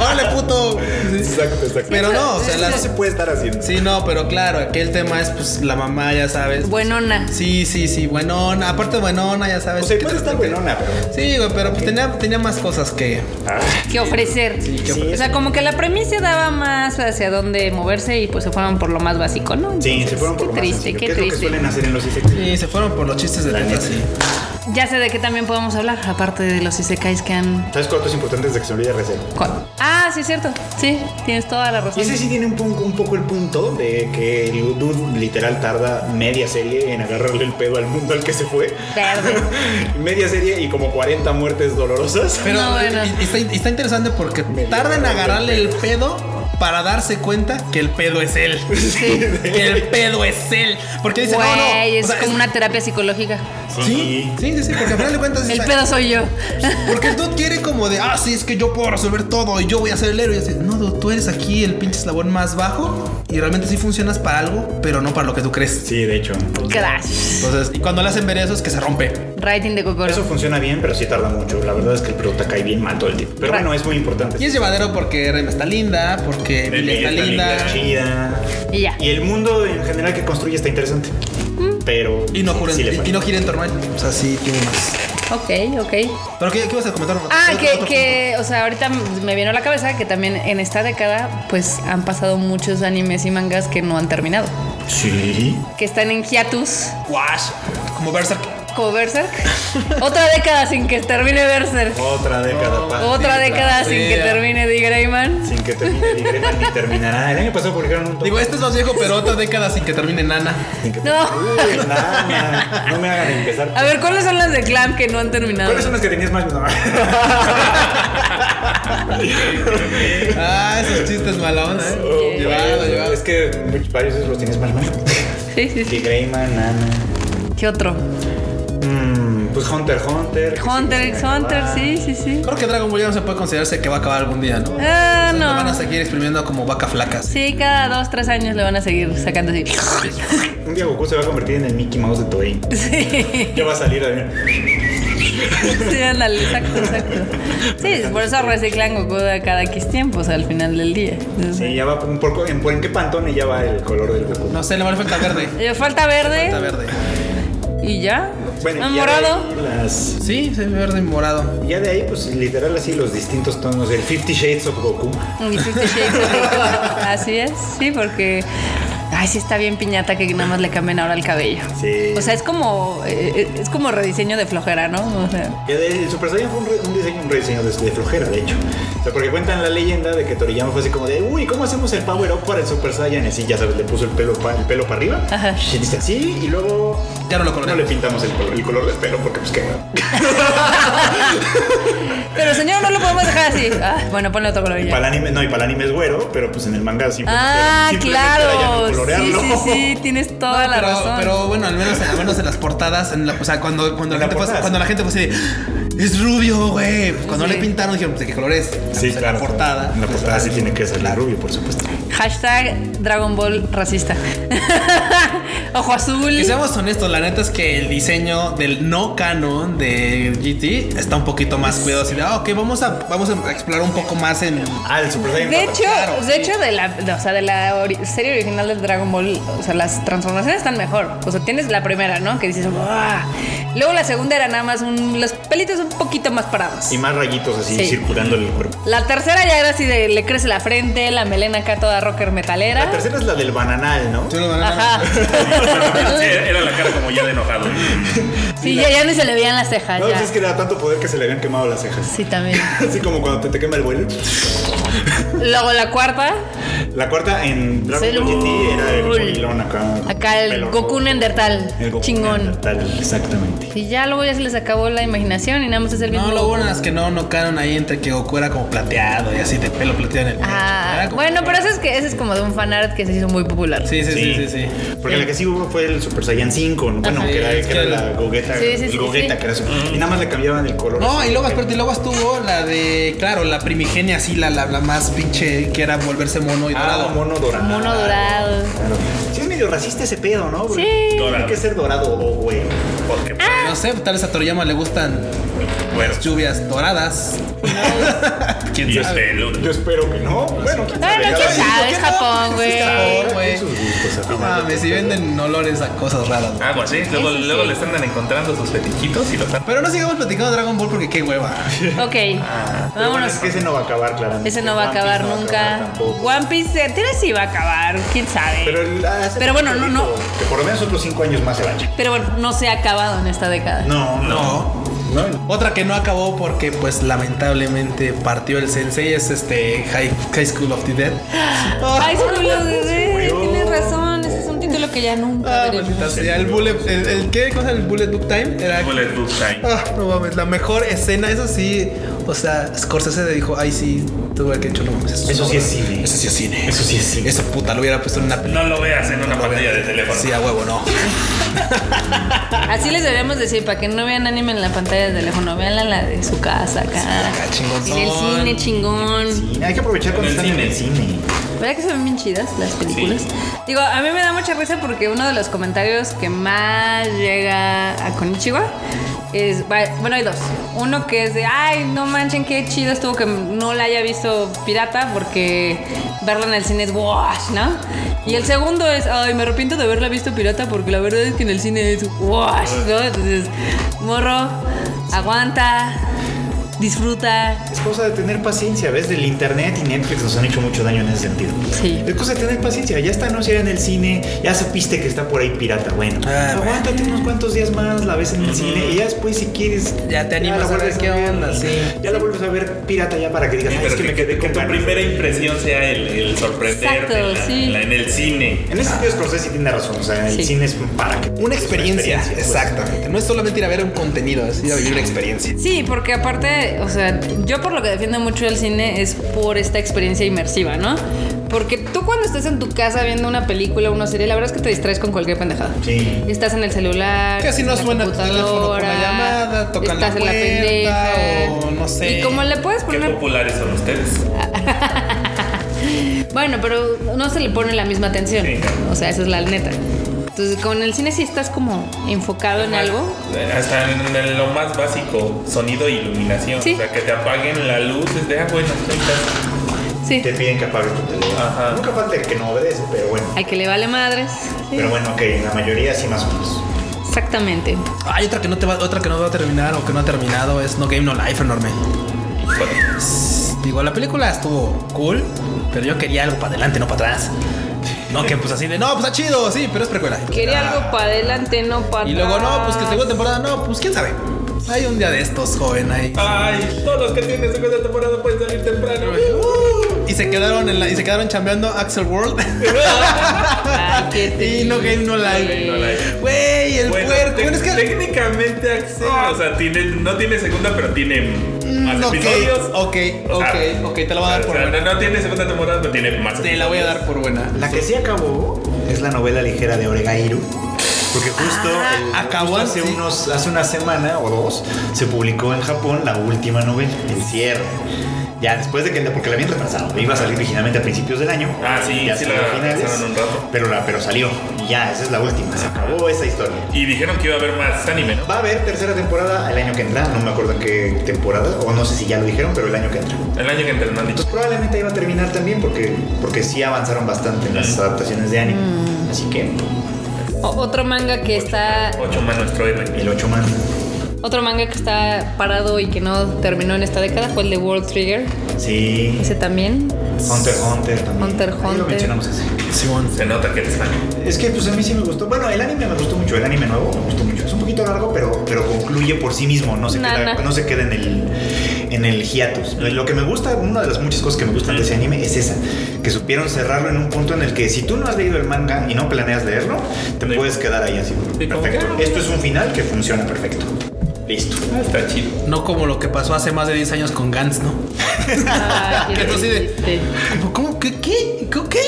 B: ¡Órale, puto! Sí.
E: Exacto, exacto.
B: Pero no, o sea,
E: Eso no
B: las-
E: se puede estar haciendo.
B: Sí, no, pero claro, aquí el tema es pues la mamá, ya sabes.
D: Buenona.
B: Sí, sí, sí, buenona. Aparte buenona, ya sabes.
E: O sea,
B: que
E: puede
B: de
E: estar
B: repente-
E: buenona, pero...
B: Sí, güey, pero pues tenía, tenía más cosas que...
D: que ofrecer.
E: que ofrecer.
D: O sea, como que la premisa daba más hacia dónde moverse y pues se fueron por lo más básico, ¿no?
E: Sí, se
D: Entonces,
E: fueron por lo
D: qué
E: más
D: triste,
E: sencillo,
D: qué
E: que es lo que
D: triste.
E: suelen hacer en los insectos.
B: Sí, se fueron por los chistes de
E: La
B: neta,
E: neta.
B: sí.
D: Ya sé de qué también podemos hablar, aparte de los isekais que han...
E: ¿Sabes cuánto es importante desde que se olvida reserva?
D: ¿Cuál? Ah, sí, es cierto. Sí, tienes toda la
E: Y
D: razón.
E: ese sí tiene un, pun- un poco el punto de que el dude literal tarda media serie en agarrarle el pedo al mundo al que se fue.
D: Verde.
E: media serie y como 40 muertes dolorosas.
B: Pero
D: No,
B: eh,
D: bueno.
B: y- y está, y está interesante porque
E: Me
B: tarda en
E: dio
B: agarrarle el
E: el
B: pedo para darse cuenta que el pedo es él. que el pedo es él. Porque dice, no, no.
D: Güey,
B: o
D: es
B: sea,
D: como
B: es-
D: una terapia psicológica.
B: Sí, sí, sí, sí, porque al final de cuentas.
D: El
B: o sea,
D: pedo soy yo.
B: Porque el dude quiere como de, ah, sí, es que yo puedo resolver todo y yo voy a ser el héroe. Y así, no, dude, tú eres aquí el pinche eslabón más bajo y realmente sí funcionas para algo, pero no para lo que tú crees.
E: Sí, de hecho.
D: Crash.
B: Entonces, y cuando le hacen ver eso es que se rompe.
D: Writing de Kokoro.
E: Eso funciona bien, pero sí tarda mucho. La verdad es que el prota cae bien mal todo el tiempo. Pero
D: Ra-
E: bueno, es muy
B: Y
E: importante.
B: es llevadero porque Rem está linda, porque Emilia está linda.
E: chida.
D: Y ya.
E: Y el mundo en general que construye está interesante. Pero.
B: Mm. Y no,
E: sí,
B: juren-
E: sí le
B: y-
E: falta.
B: y no gira en torno a él. O sea, sí tiene más.
D: Ok, ok.
B: ¿Pero qué, qué vas a comentar?
D: Ah,
B: Otro-
D: que,
B: otro
D: que, o sea, ahorita me vino a la cabeza que también en esta década, pues han pasado muchos animes y mangas que no han terminado.
E: Sí.
D: Que están en hiatus,
B: punto. Guash. Como Berserk.
D: como Berserk. Otra década sin que termine Berserk.
E: Otra década pasa.
D: Otra década
B: sí,
D: sin que
B: ah.
D: termine The Greyman.
E: Sin que termine ni Greyman ni terminará. El año pasado publicaron un top
B: Digo, este es más viejo, pero otra década sin que termine Nana.
E: Sin que-
D: No.
E: Uy, nada, no me hagan empezar.
D: A ver, ¿cuáles son las de Clam que no han terminado?
E: ¿Cuáles son las que tenías más? No.
B: Ah, esos chistes malones.
E: Oh,
B: Llevado,
E: varios,
B: llevado.
E: Es que muchos- varios de esos los tenías más mal.
D: Sí, sí,
E: Sí,
D: sí.
E: Greyman, Nana.
D: ¿Qué otro?
E: Mm, pues Hunter, x Hunter. que sí,
D: Hunter
E: sí,
D: x
E: se
D: Hunter,
E: acaba.
D: sí, sí, sí.
B: Creo que Dragon Ball ya no se puede considerarse que va a acabar algún día, ¿no? O
D: Ah,
B: sea, lo van a
D: no.
B: seguir exprimiendo como vaca flaca. sí.
D: Sí, cada dos, tres años le van a seguir sacando así.
E: Un día Goku se va a convertir en el Mickey Mouse de Toei.
D: Sí.
E: Ya va a salir a
D: Sí, ándale, exacto, exacto. Sí, por eso reciclan Goku de cada X tiempos al final del día.
E: Sí, ya va un poco. En, por en qué pantone ya va el color del Goku.
B: No sé, le va a falta verde.
D: Eh, Falta verde
B: Falta verde.
D: y ya.
E: Bueno, y ya de
D: Morado.
E: ahí las-
B: Sí, sí, verde y morado.
E: Ya de ahí, pues literal así los distintos tonos. El 50 Shades of Goku.
D: Y Fifty Shades of Grey. Así es, sí, porque. Ay, sí está bien piñata que nada más le cambien ahora el cabello.
E: Sí.
D: O sea, es como. eh, es como rediseño de flojera, ¿no? O sea,
E: Ya de- El Super Saiyan fue un, re- un diseño, un rediseño de, de flojera, de hecho. O sea, porque cuentan la leyenda de que Toriyama fue así como de, uy, ¿cómo hacemos el power up para el Super Saiyan? Y así, ya sabes, le puso el pelo, pa- el pelo para arriba.
D: Ajá.
E: Y dice así, y luego
B: Ya no lo
E: no le
B: coloreé.
E: pintamos el color, el color del pelo porque, pues, qué.
D: Pero señor, no lo podemos dejar así. Ah, bueno, ponle otro color
E: Y
D: ya.
E: para el anime, no, y para el anime es güero, pero pues en el manga simplemente,
D: Ah,
E: simplemente era ya no
D: claro. Sí,
E: colorearlo.
D: sí, sí, tienes toda
B: No,
D: la
B: pero,
D: razón.
B: pero bueno, al menos, al menos en las portadas, en la- o sea, cuando, cuando,
E: En
B: la,
E: las
B: gente fue,
E: portadas.
B: cuando la gente fue así de, es rubio, güey. Pues Cuando
D: Sí.
B: le pintaron, dijeron, pues, ¿de qué color es? Pues,
E: Sí,
B: en
E: claro.
B: La portada.
E: En la
B: Pues,
E: portada sí
B: ah,
E: tiene que ser la rubio, por supuesto.
D: Hashtag Dragon Ball racista. Ojo azul.
B: Que seamos honestos, la neta es que el diseño del no canon de GT está un poquito más cuidadoso. Y de, ah, ok, vamos a, vamos a explorar un poco más en.
E: Ah, el Super Saiyan.
D: De
E: cuatro.
D: hecho, de hecho de la, de- o sea, de la ori- serie original de Dragon Ball, o sea, las transformaciones están mejor. O sea, tienes la primera, ¿no? Que dices, "Uah". Luego la segunda era nada más un, los pelitos un poquito más parados.
E: Y más rayitos así
D: Sí.
E: circulando en el cuerpo.
D: La tercera ya era así de le crece la frente, la melena acá toda rocker metalera.
E: La tercera es la del bananal, ¿no?
B: Yo lo-
D: Ajá.
F: Sí, era la cara como ya de enojado.
D: Sí, ya, ya ni se le veían las cejas.
E: No,
D: ya.
E: pues es que era tanto poder que se le habían quemado las cejas.
D: Sí, también.
E: Así como cuando te, te quema el vuelo.
D: Luego la cuarta,
E: La cuarta en Dragon Ball
D: Celul.
E: GT era el gorilón acá.
D: acá el
E: pelo
D: Goku
E: rojo.
D: Neandertal.
E: El Goku
D: Chingón.
E: Neandertal, exactamente.
D: Y ya luego ya se les acabó la imaginación y nada más es el mismo.
B: No, lo
D: Goku.
B: bueno es que no no canon ahí entre que Goku era como plateado y así de pelo plateado en el pecho.
D: Ah,
B: Era como-
D: bueno, pero eso es que ese es como de un fanart que se hizo muy popular.
B: Sí, sí, sí, sí, sí. Eh.
E: Porque la que sí hubo fue el Super Saiyan 5, ¿no? Bueno,
D: Ajá.
E: que era,
B: Sí, es
E: que era
B: que
E: la
B: el-
E: Gogeta.
D: Sí, sí,
E: el
D: sí,
E: Gogeta,
D: sí.
E: que era su. Y nada más le cambiaban el color.
B: No, y luego, espérate, y luego estuvo la de, claro, la primigenia así, la, la, la más pinche que era volverse mono y dorado.
E: Ah, mono dorado.
D: Mono dorado.
E: Claro. Sí, es medio racista ese pedo, ¿no? Porque
D: Sí.
E: Tiene que ser dorado o güey.
F: Porque,
B: No sé, tal vez a Toriyama le gustan
F: bueno,
B: las lluvias doradas.
F: y este, es pelo.
E: Yo espero que no. Bueno, quién
D: Bueno,
E: sabe.
D: quién sabe, es
B: ¿Por qué no?
D: Japón,
B: Pues
D: güey.
B: es Japón, güey.
E: Sus gustos,
B: No
E: al final de
B: mames, si
E: cuentas.
B: venden olores a cosas raras. güey.
F: Algo así. Luego,
D: Sí, sí,
F: luego
D: sí.
F: les andan encontrando sus fetichitos y los andan.
B: Pero no sigamos platicando de Dragon Ball porque qué hueva.
D: Ok.
E: Pero bueno,
D: Vámonos.
E: es que ese no va a acabar, claramente.
D: Ese no va a
E: One Piece
D: acabar
E: no va a acabar
D: nunca.
E: tampoco.
D: One Piece, eh, tiene sí va a acabar, quién sabe.
E: Pero,
D: Pero,
E: el- hace
D: Pero
E: poquito
D: bueno, no,
E: dijo Que por lo menos otros 5 años más se va a echar.
D: bueno, no se ha acabado en esta década.
E: No,
B: No.
E: No,
B: Otra que no acabó porque, pues, lamentablemente partió el sensei es este High, High School of the Dead.
D: Ay, se murió, bebé.
E: murió.
D: Tienes razón, ese es un título que ya
B: Ah,
D: nunca veremos.
B: maldita sea, el bullet, el, el- ¿qué cosa? El bullet book time era.
F: Bullet Book Time.
B: Ah, no mames, la mejor escena, eso sí. O sea, Scorsese dijo, ay sí, tuve que hecho no mames. es
E: Eso
B: una obra".
E: sí es cine.
B: Eso sí es cine.
E: Eso sí es cine.
B: Esa puta lo hubiera puesto en una película.
F: No lo veas en una pantalla de teléfono.
B: Sí, a huevo, no.
D: Así les deberíamos decir, para que no vean anime en la pantalla del teléfono, veanla en la de su casa acá.
B: acá, chingonzón.
D: En el cine, chingón.
E: Sí, hay que aprovechar cuando
F: En
E: están
F: el
E: en el cine.
D: ¿Verdad que se ven bien chidas las películas? Digo, a mí me da mucha risa porque uno de los comentarios que más llega a Konichiwa es, va- bueno, hay dos. Uno que es de, ay, no manchen, qué chido estuvo que no la haya visto pirata porque verla en el cine es wash, ¿no? Y el segundo es, ay, me arrepiento de haberla visto pirata porque la verdad es que en el cine es wash, ¿no? Entonces, morro, aguanta, disfruta.
E: Es cosa de tener paciencia. ¿Ves? Del internet y Netflix nos han hecho mucho daño en ese sentido.
D: Sí.
E: Es cosa de tener paciencia. Ya está anunciada en el cine. Ya supiste que está por ahí pirata. Bueno,
B: Ah, bueno.
E: aguántate unos cuantos días más. La ves en el cine. Y ya después, si quieres.
B: Ya te animas
E: la
B: a ver
E: vuelves
B: qué onda, sí.
E: Ya la vuelves a ver pirata ya para que digas.
F: Sí,
E: "Ay,
F: pero
E: es que me quedé
F: que
E: con
F: tu
E: ganas".
F: primera impresión sea el, el sorprenderte
D: Exacto,
F: en, la-
D: sí.
F: en la- en el cine.
E: En ese sentido, Scorsese tiene razón. O sea, en el
D: Sí.
E: cine es para que.
B: Una
E: es
B: experiencia,
E: pues.
B: exactamente. No es solamente ir a ver un contenido, es ir a vivir una experiencia.
D: Sí, porque aparte, o sea, yo por lo que defiendo mucho el cine es por esta experiencia inmersiva, ¿no? Porque tú cuando estás en tu casa viendo una película o una serie, la verdad es que te distraes con cualquier pendejada.
E: Sí.
D: Estás en el celular.
B: Que si no
D: en la
B: suena tu teléfono con la
D: computadora,
B: llamada, tocan la
D: ah, estás en la
B: puerta,
D: pendeja.
B: o no sé.
D: Y como le puedes
F: Qué
D: poner.
F: populares son ustedes.
D: Bueno, pero no se le pone la misma atención.
F: Sí.
D: O sea, esa es la neta. Entonces, con el cine sí estás como enfocado en algo.
F: Eh, Hasta en, en lo más básico, sonido e iluminación.
D: Sí.
F: O sea, que te apaguen la luz, es de, ah, bueno, ahí está.
D: Sí.
E: Te piden que apagues tu teléfono.
F: Ajá.
E: Nunca falta el que no obedece, pero bueno.
D: Hay que le vale madres. Sí.
E: Pero bueno, ok, la mayoría sí más o menos.
D: Exactamente.
B: Hay otra que no te va, otra que no va a terminar o que no ha terminado es No Game No Life enorme. Digo, la película estuvo cool, pero yo quería algo para adelante, no para atrás. No que pues así de, no, pues está chido, sí, pero es precuela.
D: Quería
B: Ah.
D: algo para adelante, no para
B: Y luego, no, pues que segunda temporada, no, pues quién sabe. Hay un día de estos, joven, ahí.
F: Ay, todos los que tienen segunda temporada pueden salir temprano.
B: Y se quedaron en la, y se quedaron chambeando Axel World.
D: Ay, Ah, qué
B: y No Game No
D: triste.
B: Life.
F: No, like.
B: Güey, el
F: Bueno,
B: puerco.
F: tec-
B: bueno, es que-
F: técnicamente Axel, o sea, tiene, no tiene segunda, pero tiene más
B: Mm, ok,
F: episodios. Ah.
B: ok,
F: O sea,
B: ok, ok, te la voy a dar
F: o
B: por
F: sea,
B: buena.
F: no, no tiene segunda temporada, pero tiene más.
B: Te la voy a dar por buena.
E: La que sí acabó es la novela ligera de Oregairu. Porque justo, el-
B: acabó
E: justo hace,
B: así.
E: unos, hace una semana o dos se publicó en Japón la última novela, El cierre. Ya después de que, porque la habían retrasado, iba a salir originalmente a principios del año.
F: Ah, sí,
E: ya
F: sí
E: salió
F: la
E: a finales,
F: retrasaron un rato.
E: Pero, la, pero salió, y ya, esa es la última, se acabó esa historia.
F: Y dijeron que iba a haber más anime, ¿no?
E: Va a haber tercera temporada el año que entra, no me acuerdo en qué temporada, o no sé si ya lo dijeron, pero el año que entra.
F: El año que entra, no han dicho.
E: Entonces probablemente iba a terminar también porque, porque sí avanzaron bastante en las adaptaciones de anime.
D: Mm.
E: Así que
D: O- otro manga que está.
F: Ocho más nuestro héroe.
E: el 8 man.
D: Otro manga que está parado y que no terminó en esta década fue el de World Trigger.
E: Sí.
D: Ese también.
E: Hunter x Hunter también.
D: Hunter x
E: Ahí lo
D: Hunter.
E: mencionamos ese.
B: Simón.
F: Se nota que eres fan.
E: Es que pues a mí sí me gustó. Bueno, el anime me gustó mucho, el anime nuevo me gustó mucho. Es un poquito largo, pero, pero concluye por sí mismo, no se, queda,
D: Nana.
E: no se queda en el en el hiatus. Pues, Lo lo que me gusta, una de las muchas cosas que me gustan de ese anime es esa, que supieron cerrarlo en un punto en el que si tú no has leído el manga y no planeas leerlo, te
F: Sí.
E: puedes quedar ahí así.
F: Sí, como
E: Perfecto.
F: que-
E: Esto es un final que funciona perfecto. Listo.
F: Ah, está chido.
B: No como lo que pasó hace más de 10 años con Gantz, ¿no?
D: Ay, Ah, qué
B: Esto sí de-
D: triste.
B: Como, ¿Cómo? ¿Qué? ¿Qué? ¿Cómo ¿Qué?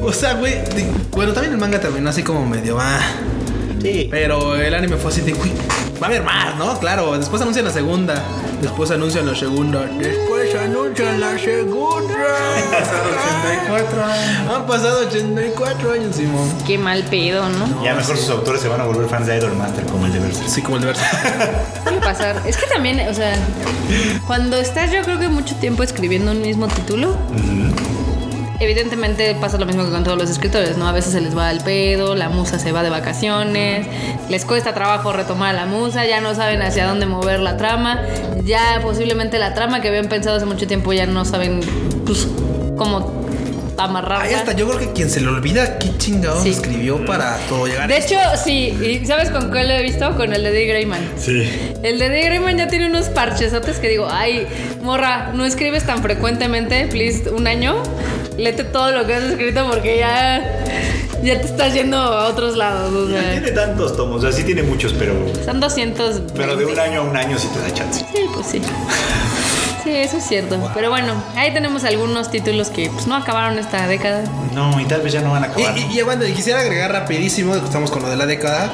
B: O sea, güey. de- Bueno, también el manga terminó así como medio. Ah,
E: Sí.
B: pero el anime fue así de. Uy, va a haber más, ¿no? Claro. Después anuncian la segunda. Después anuncian la segunda. Después anuncian la segunda. Han pasado 84 años. Han pasado 84 años, Simón.
D: Qué mal pedo, ¿no?
E: Ya mejor sus autores se van a volver fans de Idolmaster como el de Berserk.
B: Sí, como el de verse.
D: Suele pasar. Es que también, o sea, cuando estás yo creo que mucho tiempo escribiendo un mismo título, evidentemente pasa lo mismo que con todos los escritores, ¿no? A veces se les va el pedo, la musa se va de vacaciones, les cuesta trabajo retomar a la musa, ya no saben hacia dónde mover la trama, ya posiblemente la trama que habían pensado hace mucho tiempo ya no saben, pues, cómo amarrarla.
B: Ahí está. Yo creo que quien se le olvida qué chingados
D: Sí.
B: escribió para todo llegar.
D: De hecho, sí, ¿y sabes con cuál lo he visto? Con el de Dick Grayman.
E: Sí.
D: El de Dick Grayman ya tiene unos parchesotes que digo, ay, morra, no escribes tan frecuentemente, please, un año. Lete todo lo que has escrito porque ya, ya te estás yendo a otros lados. O
E: No
D: sea,
E: tiene tantos tomos, o sea, sí tiene muchos, pero
D: son 200.
E: pero de un año a un año sí te da chance.
D: Sí, pues sí. Sí, eso es cierto. Pero bueno, ahí tenemos algunos títulos que pues, no acabaron esta década.
E: No, y tal vez ya no van a
B: Y,
E: acabar.
B: y- y, Evandro, y quisiera agregar rapidísimo, estamos con lo de la década,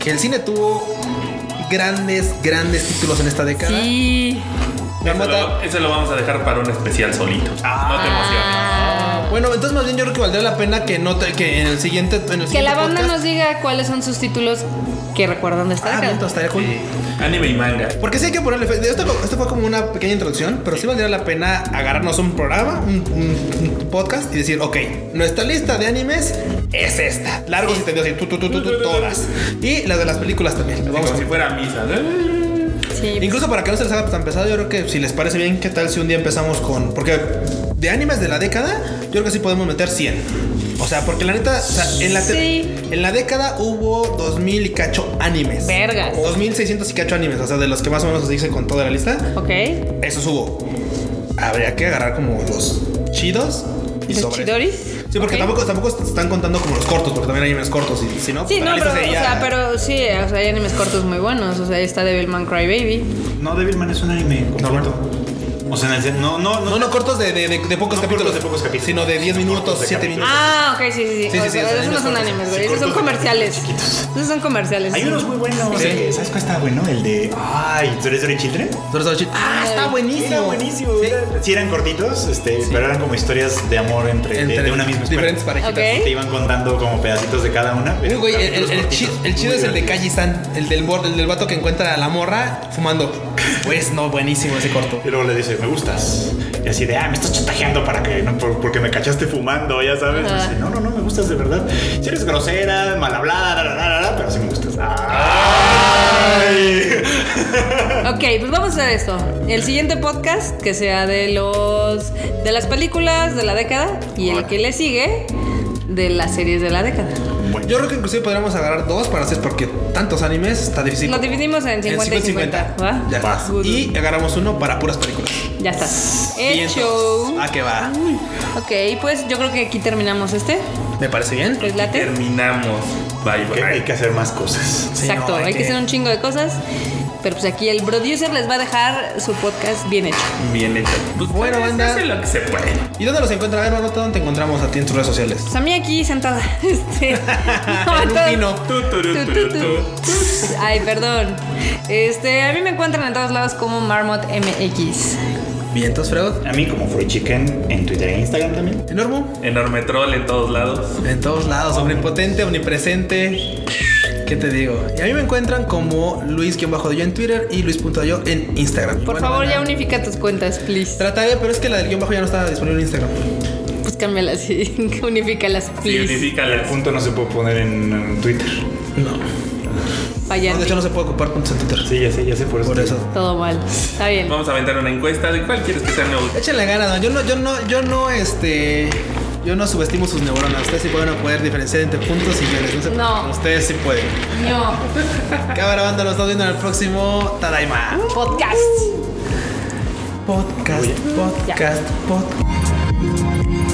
B: que el cine tuvo grandes, grandes títulos en esta década.
D: Sí.
B: La
F: Eso
B: mota-
F: lo, eso lo vamos a dejar para un especial solito. No te
B: Ah.
F: emociones.
B: Bueno, entonces más bien yo creo que valdría la pena que no te- que en el siguiente en el
D: Que
B: siguiente
D: la banda
B: podcast-
D: nos diga cuáles son sus títulos que recuerdan de esta
B: Ah,
D: década.
B: bien, estaría cool.
F: Anime y manga.
B: Porque sí hay que ponerle fe- Esto, esto fue como una pequeña introducción, pero sí valdría la pena agarrarnos un programa, un, un- un podcast y decir, ok, nuestra lista de animes es esta. Largos y tendidos, y tú, tú, tú, tú, tú, todas. Y las de las películas también. las
F: Como
B: vamos a-
F: si fuera misa.
D: Sí,
B: Incluso para que no se les haga tan pesado, yo creo que si les parece bien, ¿qué tal si un día empezamos con.? Porque de animes de la década, yo creo que sí podemos meter 100. O sea, porque la neta, o sea, en la, te-
D: Sí.
B: en la década hubo 2000 y cacho animes.
D: Vergas.
B: 2600 y cacho animes, o sea, de los que más o menos se dice con toda la lista,
D: Ok.
B: esos hubo. Habría que agarrar como los chidos y
D: ¿Los
B: sobre.
D: chidoris?
B: Sí, porque
D: Ok.
B: tampoco, tampoco están contando como los cortos, porque también hay animes cortos. Y, si no,
D: Sí,
B: pues, la
D: no, pero,
B: lista
D: o
B: sería-
D: sea, pero sí, o sea, hay animes cortos muy buenos. O sea, ahí está Devilman Crybaby.
E: No, Devilman es un anime completo. O sea, en el sen- no, no, no.
B: No, no, cortos de, de, de- de pocos
E: No,
B: capítulos.
E: cortos de pocos capítulos.
B: Sino de 10 minutos,
E: Cortos de
B: 7
E: capítulos.
B: minutos.
D: Ah, ok, sí, sí, sí.
B: Sí, sí,
D: O
B: sí,
D: sea,
B: esos
D: esos no
B: animes
D: son
B: cortos,
D: animes,
B: sí,
D: güey. Esos son
E: cortos,
D: comerciales.
E: chiquitos.
D: Esos son comerciales.
E: Hay
D: sí.
E: unos muy buenos.
B: Sí.
E: de que- ¿Sabes cuál está bueno? El de. Ay, ¿tú eres de Children?
B: Pero está chido. Ah, está buenísimo.
E: Era buenísimo. Era- sí, eran cortitos, este, pero eran como historias de amor entre, de- de,
B: Entre
E: una misma escuela.
B: diferentes parejitas.
D: Ok.
E: Te iban contando como pedacitos de cada una.
B: Uy,
E: pero
B: güey, el,
E: capítulos
B: el- el chi-
E: cortitos,
B: el chido
E: muy
B: es el de
E: divertidos.
B: Calle-san, el del, bor- el del vato que encuentra a la morra fumando. Pues no, buenísimo ese corto.
E: Y luego le dice, me gustas. Y así de, ah, me estás chantajeando para que, no, por- porque me cachaste fumando, ya sabes. Y
D: Ajá.
E: dice, no, no, no, me gustas de verdad. Si eres grosera, mal hablada, la, la, la, la, pero sí me gustas. Ay.
D: Ok, pues vamos a hacer esto. El siguiente podcast, que sea de los. de las películas de la década. Y el que le sigue, de las series de la década.
E: Bueno,
B: Yo creo que inclusive podríamos agarrar dos para hacer porque tantos animes está difícil.
D: Lo dividimos en 50 y 50. ¿va?
B: Ya
E: Va.
B: está. Y agarramos uno para puras películas.
D: Ya está. Hecho.
B: Ah, que va.
D: Ok, pues yo creo que aquí terminamos este.
B: ¿Me parece bien?
D: ¿Les late?
F: Terminamos. Bye,
E: que hay
F: bye.
E: que hacer más cosas.
B: Sí, no,
D: Exacto, hay que hacer un chingo de cosas. Pero pues aquí el producer les va a dejar su podcast bien hecho.
F: Bien hecho. Pues
B: Bueno,
F: bueno,
B: banda.
F: Hace lo que se puede.
B: ¿Y dónde los encuentran? A ver, Marmota, ¿dónde te encontramos a ti en tus redes sociales?
D: Pues a mí aquí sentada. Este, no,
B: En un
D: todo-
B: pino.
F: Tu, tu, tu,
D: Tu,
F: tu,
D: tu,
F: tu.
D: tu. Ay, perdón. Este, a mí me encuentran en todos lados como Marmot MX.
B: Vientos, Freud.
E: A mí como Fruit Chicken en Twitter e Instagram también.
B: Enormo.
F: Enorme troll en todos lados.
B: En todos lados, omnipotente, omnipresente. ¿Qué te digo? Y a mí me encuentran como Luis-Doyo en Twitter y Luis.doyo en Instagram.
D: Por
B: Igual
D: favor,
B: van a-
D: ya unifica tus cuentas, please.
B: Trataré, pero es que la del guión bajo ya no está disponible en Instagram.
D: Pues cámbialas y unifícalas,
F: Sí,
D: please.
E: El
F: unifícalas.
E: punto no se puede poner en, en Twitter.
B: No.
D: Vayan.
B: No, de hecho, no se puede ocupar puntos en Twitter.
E: Sí, ya sé, ya sé por eso.
B: Por eso.
D: Todo mal. Está bien.
F: Vamos a aventar una encuesta de cuál quieres que sea el nuevo.
B: Échenle ganas, ¿no? Yo no, yo no, yo no, este. Yo no subestimo sus neuronas. Ustedes sí pueden poder diferenciar entre puntos y guiones. No se
D: No.
B: preocupen, Ustedes sí pueden.
D: No.
B: Cámara banda, nos estamos viendo en el próximo Tadaima.
D: Podcast.
B: Podcast, podcast, podcast.